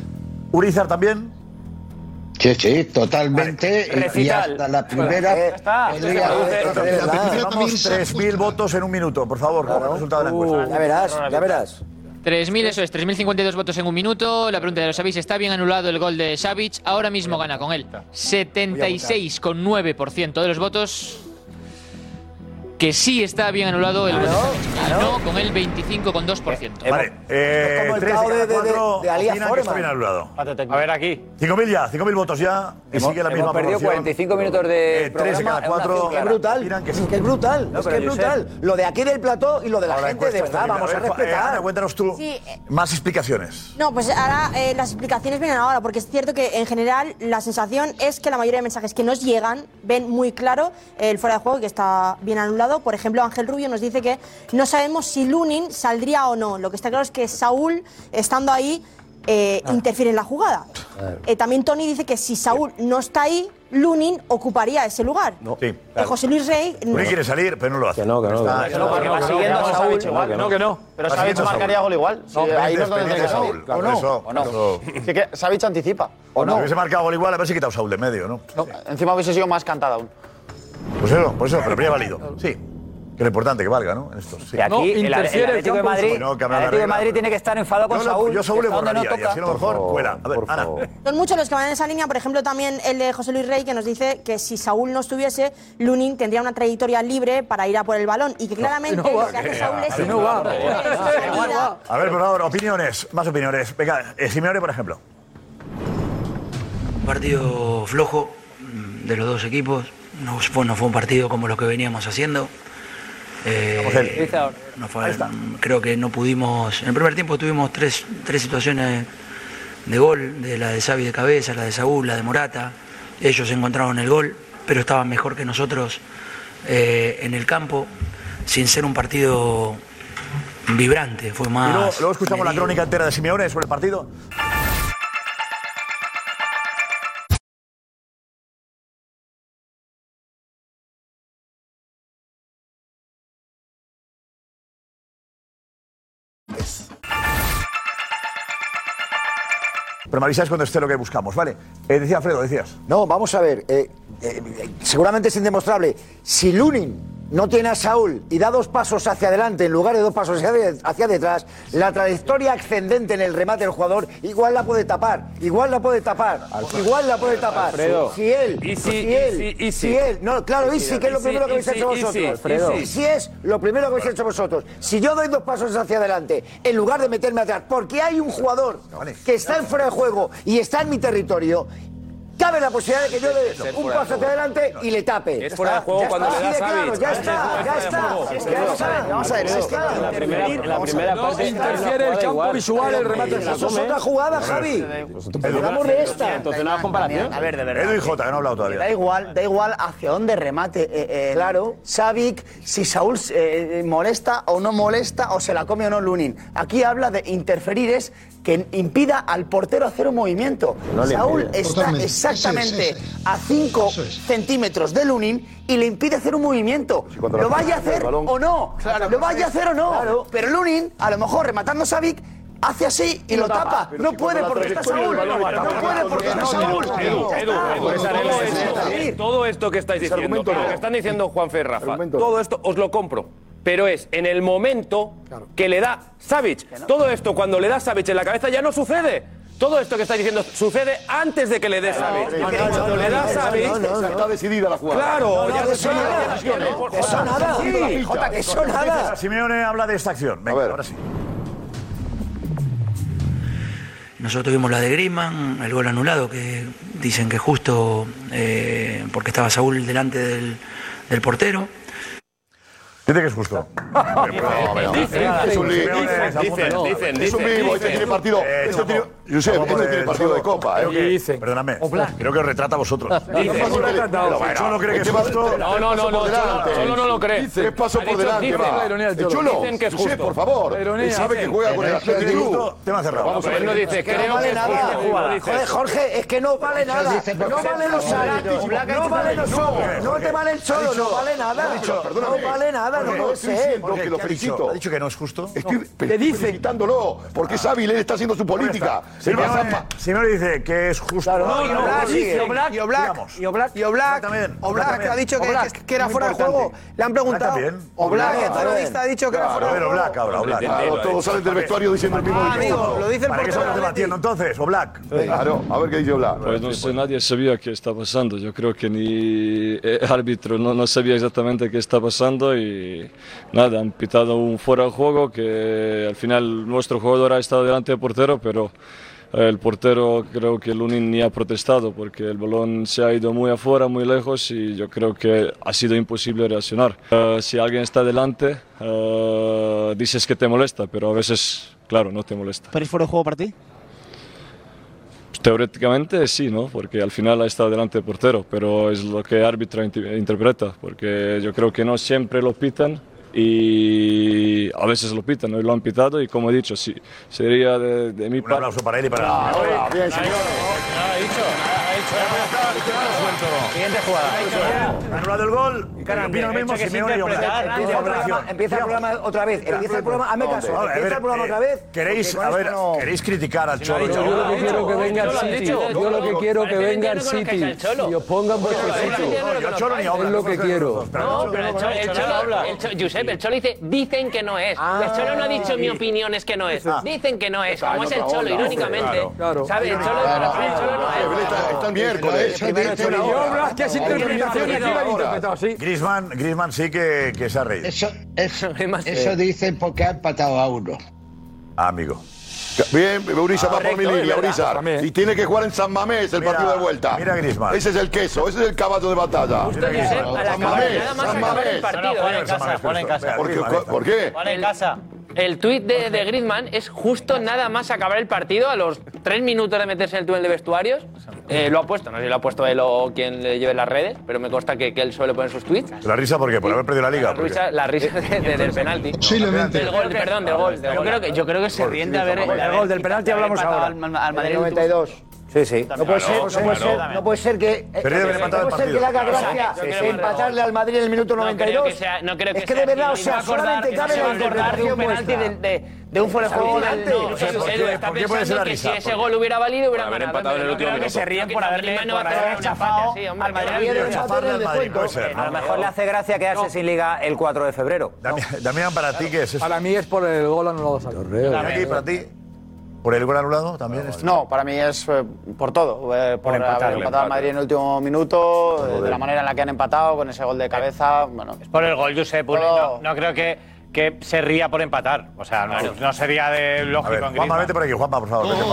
¿Urizar también? Sí, sí, totalmente. y- y, hasta la primera. Podría haber- Vamos, 3.000 votos en un minuto, por favor, como resultado de la encuesta. Ya verás, ya verás. 3.000, eso es, 3.052 votos en un minuto. La pregunta de los Savic, ¿está bien anulado el gol de Savic? Ahora mismo gana con él 76,9% de los votos. Que sí está bien anulado el gol de Savic. No, con el 25,2%. Vale, eh, como el 3 de cao cada de- de- 4 de- de Alias opinan que está Foreman. bien anulado. A ver aquí. 5.000 ya, 5.000 votos ya. Y Hemos- sigue la hemos misma Eh, perdido 45 minutos de 3 de programa, cada es una 4. cifra. Es brutal, es que es brutal, No, es pero que es Josep- brutal. Lo de aquí del plató y lo de la Ahora gente, de encuesta verdad, termina. vamos a ver, Juan- eh, respetar. Ana, cuéntanos tú Sí, eh, más explicaciones. No, pues ahora eh, las explicaciones vienen ahora, porque es cierto que en general la sensación es que la mayoría de mensajes que nos llegan ven muy claro el fuera de juego que está bien anulado. Por ejemplo, Ángel Rubio nos dice que no sabemos si Lunin saldría o no. Lo que está claro es que Saúl, estando ahí, eh, interfiere en la jugada. Eh, también Tony dice que si Saúl no está ahí, Lunin ocuparía ese lugar. Sí, Que claro. José Luis Rey. Lunin quiere salir, pero no lo hace. Que no, que no. Eh, que no, porque va siguiendo a Saúl. No, que no. Pero Savic marcaría gol igual. Sí, ahí no es donde tiene que salir. Claro, eso. ¿O no? Sí que Savic anticipa. O no. Si hubiese marcado gol igual, a ver si quitado Saúl de medio, ¿no? Encima hubiese sido más cantada aún. Pues eso, por eso, pero habría válido. Sí. Que lo importante que valga, ¿no? En estos, sí. Y aquí el- el, Atlético de Madrid, No, el que habrá la Atlético de regla. Madrid tiene que estar enfadado con Yo lo- Saúl. Yo Saúl le que está donde no borraría y toca. así a lo mejor pues, fuera. A ver, Ana. Son muchos los que van en esa línea, por ejemplo, también el de José Luis Rey, que nos dice que si Saúl no estuviese, Lunin tendría una trayectoria libre para ir a por el balón y que claramente no va, lo que hace que- Saúl es que Ah, no va. Esa salida- A ver, por favor, opiniones, más opiniones. Venga, eh, Simeone, por ejemplo. Un partido flojo mm, de los dos equipos. No fue, no fue un partido como lo que veníamos haciendo. Eh, no fue- mm, creo que no pudimos. En el primer tiempo tuvimos tres, tres situaciones de gol: de la de Xavi de cabeza, la de Saúl, la de Morata. Ellos encontraron el gol, pero estaban mejor que nosotros eh, en el campo, sin ser un partido vibrante. Fue Y más. luego, luego escuchamos la medido. crónica entera de Simeone sobre el partido. Pero me avisáis cuando esté lo que buscamos, ¿vale? Eh, decía Alfredo, decías. No, vamos a ver. eh, eh, eh, seguramente es indemostrable. Si Lunin no tiene a Saúl y da dos pasos hacia adelante en lugar de dos pasos hacia, hacia detrás, la trayectoria ascendente en el remate del jugador igual la puede tapar. Igual la puede tapar. Igual la puede tapar. Alfredo. Si él. Y si- si, y él. si- y si- si él. No, claro, y y si- si, que es lo y primero si- que habéis y si- hecho y si, vosotros. Alfredo. Y si es lo primero que habéis hecho vosotros. Si yo doy dos pasos hacia adelante en lugar de meterme atrás, porque hay un jugador que está en fuera de juego y está en mi territorio, cabe la posibilidad de que yo Es ser dé un fuera de paso juego. hacia adelante y le tape. Es fuera de juego cuando le das a Así de claro, ya está, ya está. Ya está. Vamos a ver, Ya está. la primera- la Vamos a primera ver. parte No, interfiere el campo visual, el remate Eso del es Jacome. otra jugada, Javi. pues Hablamos de esta. Entonces no hagas comparación. A ver, de Edu y Jota, que no ha hablado Da todavía. igual, da igual hacia dónde remate. claro, eh, Savic, si Saúl eh, molesta o no molesta, o se la come o no Lunin. Aquí habla de interferir es que impida al portero hacer un movimiento. No le Saúl impide. está Totalmente. exactamente Ese es, a 5 centímetros de Lunin y le impide hacer un movimiento. cuando lo la vaya a pelota hacer el balón. o no. Claro, lo pues vaya a es- hacer o no. claro. Pero Lunin, a lo mejor rematando a Savic, hace así y, lo tapa. Pero No si puede cuando la porque está trayectoria Saúl. del balón No está tapado. puede porque está Saúl. Edu, Edu, Edu, Por esa todo regla esto- es decir. todo esto que estáis Ese diciendo, argumento lo no. que están diciendo Juanfe y Rafa, todo esto os lo compro. Pero es en el momento que le da Savic. Todo esto cuando le da Savic en la cabeza ya no sucede. Todo esto que estáis diciendo sucede antes de que le dé Ah, Savic. Cuando le da Savic, Está decidida la jugada. Claro, ya se sabe. Eso nada. Sí, Jota, que eso nada. Simeone habla de esta acción. Venga, ahora sí. Nosotros vimos la de Griezmann, el gol anulado, que dicen que justo eh, porque estaba Saúl delante del, del portero. Dice que es justo. Es un lío. Es un lío. Este tiene partido. Eh, Este tiene, Josep, este tiene partido de copa. ¿eh? Dicen. Perdóname. Creo que os retrata a vosotros. Dicen. El Cholo cree que es Este va- justo. No, no, no, no, Cholo- Cholo no lo cree. Dice. Tres pasos Ha dicho por delante, dicen. va. La ironía del El Cholo. Cholo, Dicen que es Josep, justo. por favor. La ironía. Él sabe que juega con el Pero es que Atlético de dice Club. justo, tema cerrado. Vamos a Pero ver. él no dice, Pero creo no vale que es nada. justo, jugada. Joder, Joder, Jorge, es que no vale nada. No vale los salarios. No vale los ojos. No te vale el solo, no vale nada. No vale nada, no Jorge, lo estoy sé. diciendo que lo ¿Qué ha dicho? felicito. ¿Ha dicho que no es justo? Estoy felicitándolo porque es hábil, él está haciendo su política. Él va a Simeone, zapa- Simeone dice que es justo. No, No, y Oblak, y Oblak, y Oblak, y Oblak, y Oblak, Oblak, que ha dicho que, Oblak, que- que era muy fuera de juego. importante. Le han preguntado. Oblak también. Oblak, Oblak, el periodista ha dicho que era fuera Claro, de a ver, juego. Oblak habla, Oblak. Claro, todos salen del vestuario diciendo el mismo Ah, amigo, discurso. lo dice el ¿Para portero qué estamos del Atleti. debatiendo entonces, Oblak? Claro, a ver qué dice Oblak. Pues no sé, nadie sabía qué está pasando. Yo creo que ni el árbitro no, no sabía exactamente qué está pasando y nada, han pitado un fuera de juego que al final nuestro jugador ha estado delante del portero, pero eh, el portero creo que Lunin ni ha protestado porque el balón se ha ido muy afuera, muy lejos y yo creo que ha sido imposible reaccionar. Eh, si alguien está delante, eh, dices que te molesta, pero a veces, claro, no te molesta. ¿Pero es fuera de juego para ti? Pues Teóricamente sí, ¿no? Porque al final ha estado delante del portero, pero es lo que el árbitro inti- interpreta, porque yo creo que no siempre lo pitan y a veces lo pitan, ¿no? Y lo han pitado y como he dicho, sí, sería de, Ah, de mi parte. Un aplauso para él y para él. Bravo, bien, Suerte, Siguiente jugada. Anulado el gol. Opino lo mismo, Hecho que Simeone y Omar. interpretar. Empieza el programa- Empieza el programa otra vez. Empieza el programa, hazme caso. A ver, Empieza el programa eh, otra vez. ¿Queréis, porque a con ver, esto no- ¿queréis criticar al lo ha Cholo? dicho, Yo lo que quiero que venga al City. Yo lo que quiero que venga al City. Y os pongan vuestro sitio. Es lo que quiero. No, pero el Cholo, el Cholo- el Cholo- Josep, el Cholo dice, dicen que no es. el Cholo no ha dicho, mi opinión es que no es. Ah. Dicen que no es. Como es el otra Cholo, onda, irónicamente. hombre, claro. ¿Sabe? El Cholo, Claro, para el Cholo no es. Está el miércoles. Griezmann, Griezmann sí que, que se ha reído. Eso, eso, eso dicen porque ha empatado a uno. Amigo. Bien, Eurisa va por Correcto, mi es línea, verdad. Eurisa. También. Y tiene que jugar en San Mamés el Mira, partido de vuelta. mira a Griezmann. Ese es el queso, ese es el caballo de batalla. San Mamés, San Mamés. Juega en casa, juega en casa. ¿Por qué? ¿Por qué? Juega en casa. El tuit de, de Griezmann es justo nada más acabar el partido, a los tres minutos de meterse en el túnel de vestuarios. Eh, lo ha puesto, no sé si lo ha puesto él o quien le lleve las redes, pero me consta que, que él suele poner sus tweets. ¿La risa por qué? ¿Por haber perdido la liga? La risa, la risa de- de- del penalti. Posiblemente. Del gol, perdón, del gol. Yo creo que, yo creo que se ríen de haber. Del gol, del penalti hablamos ahora. Al Madrid el 92. Sí, sí. No puede, ser, no, puede ser, no puede ser que. eh, Pero debe haber no empatado el puede ser que le partido. haga Sí, sí, gracia sí. empatarle al Madrid en el minuto No creo 92. que sea. No creo que es que sea, de verdad, ni- o ni sea, va a acordar- solamente ni cabe se va la a acordar de un penalti del- interpretación de, de un fuera de juego. Sí, del- No, no sé Edu, por qué- está por qué puede ser pensando la que si risa. ese gol hubiera valido, hubiera Por ganado. haber empatado en el Yo último creo que minuto. se ríen por haberle chafado al Madrid. pues, A lo mejor le hace gracia quedarse sin liga el 4 de febrero. Damián, para ti, ¿qué es Para mí es por el gol anulado. Correo. Iñaki, para ti. ¿Por el gol anulado también? esto? No, para mí es eh, por todo. eh, por empatar, haber empatado el empate. al Madrid en el último minuto, eh, de la manera en la que han empatado, con ese gol Eh. de cabeza. Bueno, Por el gol, Josep. Uri, No, no creo que, que se ría por empatar. O sea, no, no sería de A lógico ver, en Juanma, Griezmann. vete por aquí, Juanma, por favor. Vete, Oh.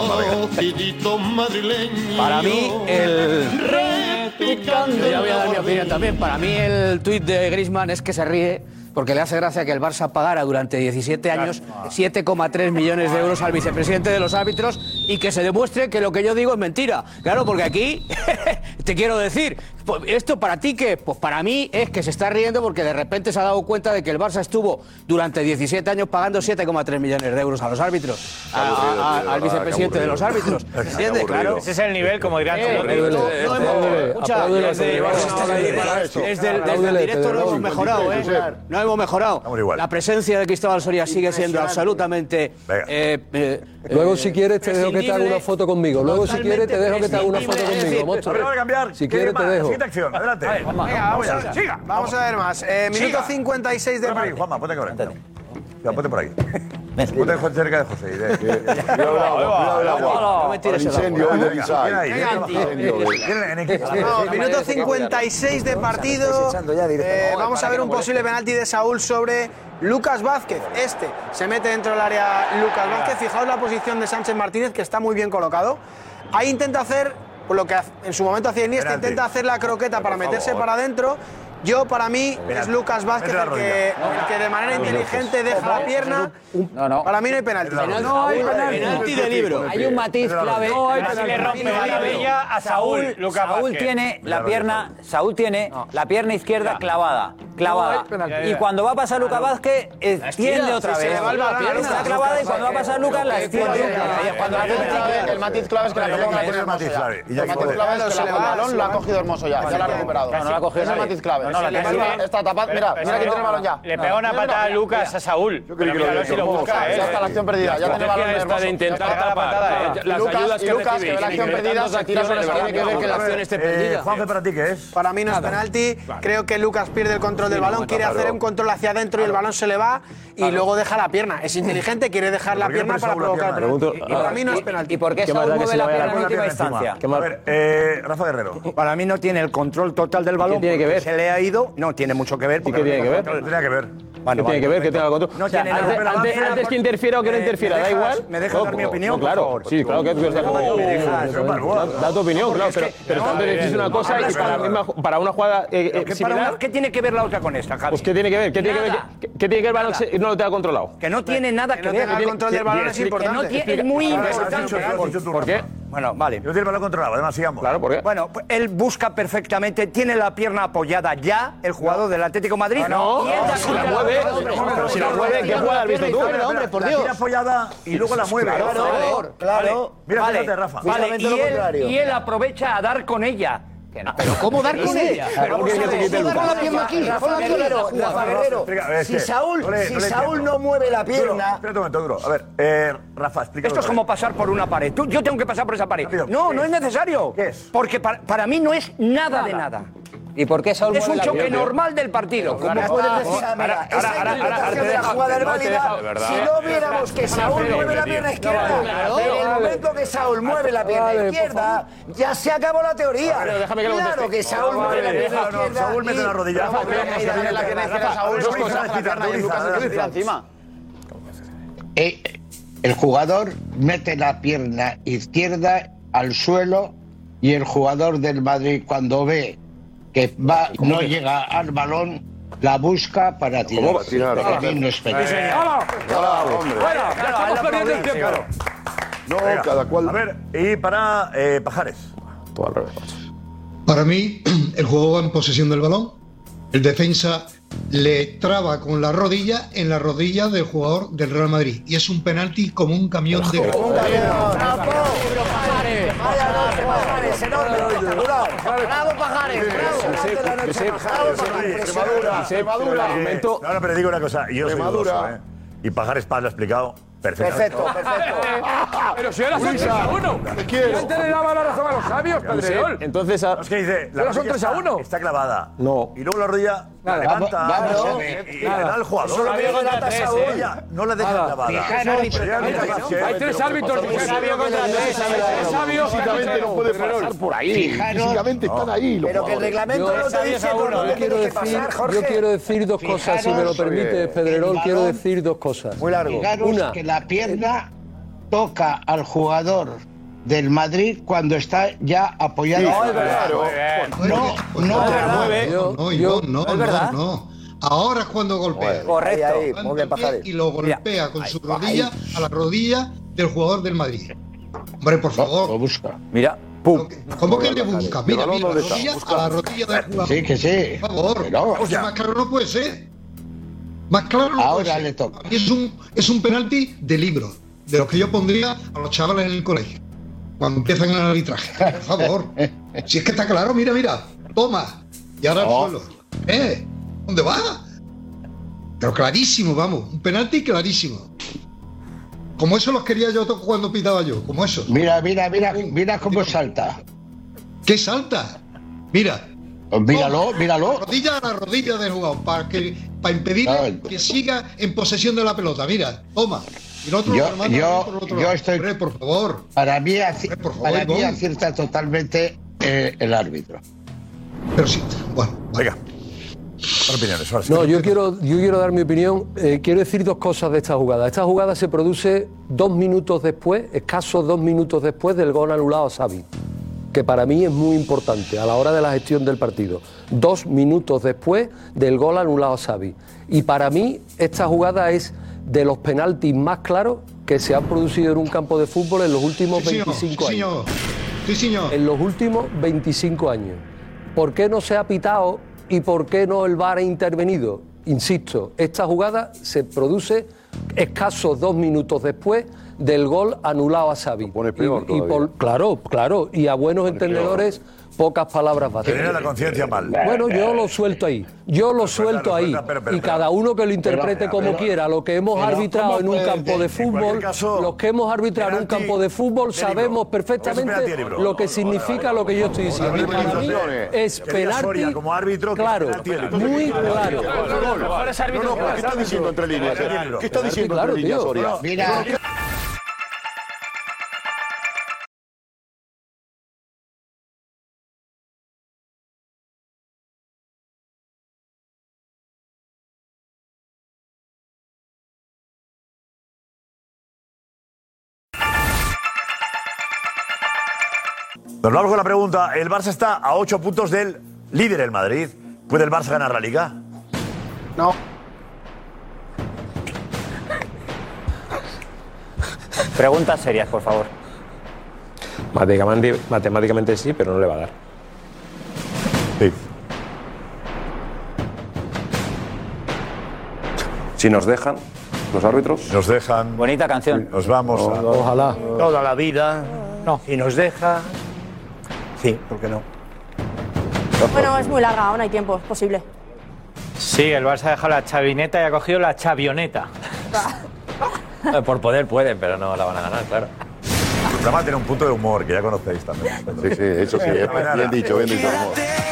Juanma, venga. Para mí, eh, el. Yo ya voy a dar mi opinión también. Para mí, el tuit de Grisman es que se ríe porque le hace gracia que el Barça pagara durante 17 años 7,3 millones de euros al vicepresidente de los árbitros y que se demuestre que lo que yo digo es mentira. Claro, porque aquí te quiero decir, pues, ¿esto para ti qué? Pues para mí es que se está riendo porque de repente se ha dado cuenta de que el Barça estuvo durante 17 años pagando 7,3 millones de euros a los árbitros, a- a- tío, al de verdad, vicepresidente qué de los aburrido. árbitros. ¿Entiendes? Claro. Ese es el nivel, como dirán. Eh, no, no hemos- escucha, desde- desde el- desde el directo no hemos mejorado, ¿eh? No hemos mejorado. La presencia de Cristóbal Soria sigue siendo absolutamente. eh, eh, Luego, si quieres, te dejo que te haga una foto conmigo. Luego, si quieres, te dejo que te haga una foto prescindible, conmigo, monstruo. Si quieres, te dejo. adelante. Venga, vamos a ver. Siga. Vamos a ver más. Eh, minuto Siga. 56 de Ponte por aquí, partido. Juanma, ponte ahora. Ya, ponte por ahí. Ponte cerca de José. y de- Cuidado el agua, cuidado el agua. No me tires El el agua. incendio hoy de Venga, Visay. ven ahí, ven ahí. Incendio, güey. Ven en equipo. No, minuto 56 de partido. Eh, vamos a ver un posible penalti de Saúl sobre Lucas Vázquez. Este se mete dentro del área Lucas Vázquez. Fijaos la posición de Sánchez Martínez, que está muy bien colocado. Ahí intenta hacer pues, lo que haz- en su momento hacía Iniesta, Penalti. intenta hacer la croqueta para Por meterse favor. para adentro. Yo, para mí, es Penalti. Lucas Vázquez Mete la el que, rodilla. el que de manera No, inteligente no, deja no, la pierna. No, no. Para mí no hay penalti. No hay penalti. Penalti de libro. Hay un matiz clave. No hay Así penalti. le rompe Penalti la de libro. bella a Saúl. Lucas Saúl Vázquez. tiene Mira, la pierna, Saúl tiene la pierna izquierda clavada, No clavada. hay penalti. Y cuando va a pasar Lucas Claro. Vázquez eh, La estira, tiende otra sí, se vez. le va el balón a Está Lucas clavada y Vázquez. cuando va a pasar Lucas la estira. Cuando hace el clave, el matiz clave es que la Venga, pelota venga, el la ha cogido matiz Hermoso clave. ya. Iñaki, El joder. matiz clave es Se que le va, se la- el balón le lo ha va. cogido hermoso ya. Ya lo ha recuperado. No, no la ha cogido Es el nadie. matiz clave. No, no, Sí, la le tiene va- bien. Está tapado. Mira, Pero- mira que pero- tiene el balón ya. Le pega una Mira, mira, patada a mira. Lucas a Saúl. Yo creí que lo había si lo hecho. busca, Ya ¿eh? está la acción perdida, ya tiene el estrategia balón esta hermoso. de intentar Ya está la tapar. patada, eh, ¿eh? Las Lucas- ayudas y que Lucas, recibís. que ve la acción perdida, Tantas se tira acciones sobre la tiene que ver que la acción esté perdida. Juanfe, ¿para ti qué es? Para mí no es penalti. Creo que Lucas pierde el control del balón, quiere claro. hacer un control hacia adentro y el balón se le va y luego deja la pierna. Es inteligente, quiere dejar la ¿Por qué pierna pone para Saúl la provocar. pierna? el penalti. Pregunto- Y para Ah. mí no es penalti. ¿Y por qué Qué Saúl maldad que mueve se la vaya pierna en la última pierna encima. instancia? A ver, eh, Rafa Guerrero. Para mí no tiene el control total del balón. tiene que ver? Se le ha ido. No, tiene mucho que ver. porque tiene no que ver? control. Tenía que ver. ¿Qué tiene que ver? ¿Qué tenga control? No tiene nada. antes, Pero antes- avance, antes que interfiera o que no interfiera, Eh, me da dejas- igual. Oh, me dejas dar mi no, opinión, no, claro, por favor. sí, claro que tú quieres dar tu No, me dejas, opinión. Da tu opinión, claro, pero, pero tú antes decís una cosa y para, la misma ju- para una jugada eh, eh, ¿Qué, para similar, una- ¿Qué tiene que ver la otra con esta, Javi? pues ¿qué tiene que ver? ¿Qué tiene que ver? Nada. ¿Qué- ¿Qué tiene que ver balón si no lo te ha controlado? Que no tiene nada que, Que no ver. tenga el control del balón es Que no importante. tiene- Explica- es muy Ahora, Has importante. dicho- has dicho tú, ¿Por qué? Rafa. Bueno, vale. Yo tengo el balón controlado, además sigamos. Claro, ¿por qué? Bueno, pues él busca perfectamente, tiene la pierna apoyada ya, el jugador del Atlético Madrid. No, y él da si contra la la mueve, pelota, hombre. pero si la mueve, ¿qué jugada has visto tú? la tira apoyada y luego la mueve. Claro, Por favor. claro. Mira, Vale, fíjate, Rafa. vale, Y, él, y él aprovecha a dar con ella. Pero ¿cómo dar con ella? Vamos a ver, pon la pierna aquí, pon la pierna aquí. Rafa, Guerrero, Rafa, explica, es si que Saúl- no le- si no le Saúl entiendo. no mueve la pierna- Duro, espérate un momento, duro. A ver, eh, Rafa, explica. Esto es como pasar por una pared. Tú- yo tengo que pasar por esa pared. No, no es necesario. Porque para, para mí no es nada de nada. ¿Y por qué Saúl Es un mueve la choque pierna? normal del partido. Como puedes decir, ah, mira, esa interpretación de te la deja- jugada es no, te válida. deja- Si ¿verdad? no viéramos que Es una Saúl pena, mueve la tío. pierna No, izquierda, claro. en el momento que Saúl mueve la pierna Vale, por izquierda, ya se acabó la teoría. Pero déjame que lo claro conteste. que Saúl No, mueve la vale, pierna déjalo, no, izquierda. Saúl mete y- la rodilla. Rafa, Rafa, Rafa, Rafa, Rafa, la pierna Rafa, izquierda, Saúl, dos dos cosas, cosas, la pierna quitar, Lucas, y Lucas, se la tira pierna. encima. Eh, el jugador mete la pierna izquierda al suelo y el jugador del Madrid cuando ve que va, ¿Cómo no que- llega al balón, la busca para tirar. ¿Cómo va a tirar? Pequeño Sí, espectáculo. señor. ¡Hala! ¡Bravo, hombre! Fuera, ya estamos perdiendo el tiempo. No, cada cual. A ver, y para eh, Pajares. Todo al revés. Para mí, el juego va en posesión del balón. El defensa le traba con la rodilla en la rodilla del jugador del Real Madrid. Y es un penalti como un camión de. Pajares, enorme, espectacular. Bravo, Pajares. Bravo, Extremadura, Extremadura. Eh, No, no, pero digo una cosa. Yo soy Extremadura. dudoso, ¿eh? Y Pajares Paz lo ha explicado perfectamente. Perfecto, Pero si ahora son Luisa, 3 a 1. te quiero. antes le daba la razón a los sabios, Pedrerol. Entonces, es que dice, Pero son 3 rodilla a está- 1. Está clavada. No. Y luego la rodilla la Nada. levanta Vamos- vamos ¿no? a ver. y y le da Nada. al jugador. Eso lo vio contra Levanta tres, esa ¿eh? rodilla, No la deja Nada. clavada. Fijaros, Pero ya no hay pasa, tres ¿eh? árbitros contra tres. Sabio contra tres, sabio. Físicamente no puede pasar por ahí. Fijaros. Físicamente están ahí. los Pero que el jugadores. reglamento Yo- no te dice por dónde Yo quiero, tiene que decir, pasar, yo Jorge. quiero decir dos cosas, si me lo Fijaros, permite, eh, Pedrerol, el quiero balón- decir dos cosas. Fijaros Una, que la pierna toca al jugador del Madrid cuando está ya apoyado. No, es verdad. No, no, no, No, no, Ivón, no, es verdad. no, no. Ahora es cuando golpea. Correcto. Ahí, ahí, Muy bien, Pajares. Y lo golpea con su rodilla a la rodilla del jugador del Madrid. Hombre, por favor. Lo busca. Mira, pum. ¿Cómo que le busca? El Mira, balón mira, dónde está. rodilla Busca. a la rodilla del jugador. Sí, que sí. Por favor. Pero, O sea, más claro no puede ser. Más claro no puede Ahora ser. le toca. Es un, es un penalti de libro, de los que yo pondría a los chavales en el colegio, cuando empiezan el arbitraje. Por favor. si es que está claro, mira, mira. Toma. Y ahora No. al suelo. ¿Eh? ¿Dónde va? Pero clarísimo, vamos. Un penalti clarísimo. Como eso los quería yo to- cuando pitaba yo, como eso. Mira, mira, mira, mira cómo salta. Pues ¿Qué salta? Mira. Míralo, míralo. Rodilla a la rodilla del jugador, para, que, para impedir que siga en posesión de la pelota. Mira, toma. Y el otro lo Yo, remata yo- por el otro yo lado. estoy. por favor. Para mí, aci- para mí Ivonne. acierta totalmente eh, el árbitro. Pero sí, bueno, venga. Opiniones, ahora sí. No, yo quiero, yo quiero dar mi opinión. Eh, quiero decir dos cosas de esta jugada. Esta jugada se produce dos minutos después, escasos dos minutos después del gol anulado a Xavi, que para mí es muy importante a la hora de la gestión del partido. Dos minutos después del gol anulado a Xavi. Y para mí esta jugada es de los penaltis más claros que se han producido en un campo de fútbol en los últimos Sí, señor. 25 Sí, años. señor. Sí, señor. En los últimos 25 años. ¿Por qué no se ha pitado y por qué no el VAR ha intervenido? Insisto, esta jugada se produce escasos dos minutos después del gol anulado a Xavi. peor y, y todavía. por- claro, claro. Y a buenos entendedores, pocas palabras bastan. Tenía la conciencia mal. Bueno, yo lo suelto ahí. Yo lo suelto ahí. Y cada uno que lo interprete pero, como pero, quiera. Lo que hemos pero, arbitrado ¿cómo en un puede- campo de en cualquier fútbol, caso, los que hemos arbitrado en un penalti campo de fútbol, de libro. sabemos Eso es perfectamente penalti de libro. lo que significa lo que yo estoy diciendo. Y para mí es Quería Soria penalti como árbitro que claro, es penalti de libro. muy claro. No, no, ¿qué está diciendo entre líneas? eh? ¿Qué está diciendo Claro, entre líneas, tío. Soria? Mira. Nos vamos con la pregunta. El Barça está a 8 puntos del líder, el Madrid. ¿Puede el Barça ganar la Liga? No. Preguntas serias, por favor. Matemáticamente, matemáticamente sí, pero no le va a dar. Si nos dejan los árbitros. Nos dejan. Bonita canción. Nos vamos. a- Ojalá. Toda la vida. No. Y nos deja. Sí, ¿por qué no? Bueno, es muy larga, aún hay tiempo, es posible. Sí, el Barça ha dejado la chavineta y ha cogido la chavioneta. Eh, Por poder pueden, pero no la van a ganar, claro. El programa tiene un punto de humor que ya conocéis también. Sí, sí, eso sí, bien eh. dicho, bien dicho.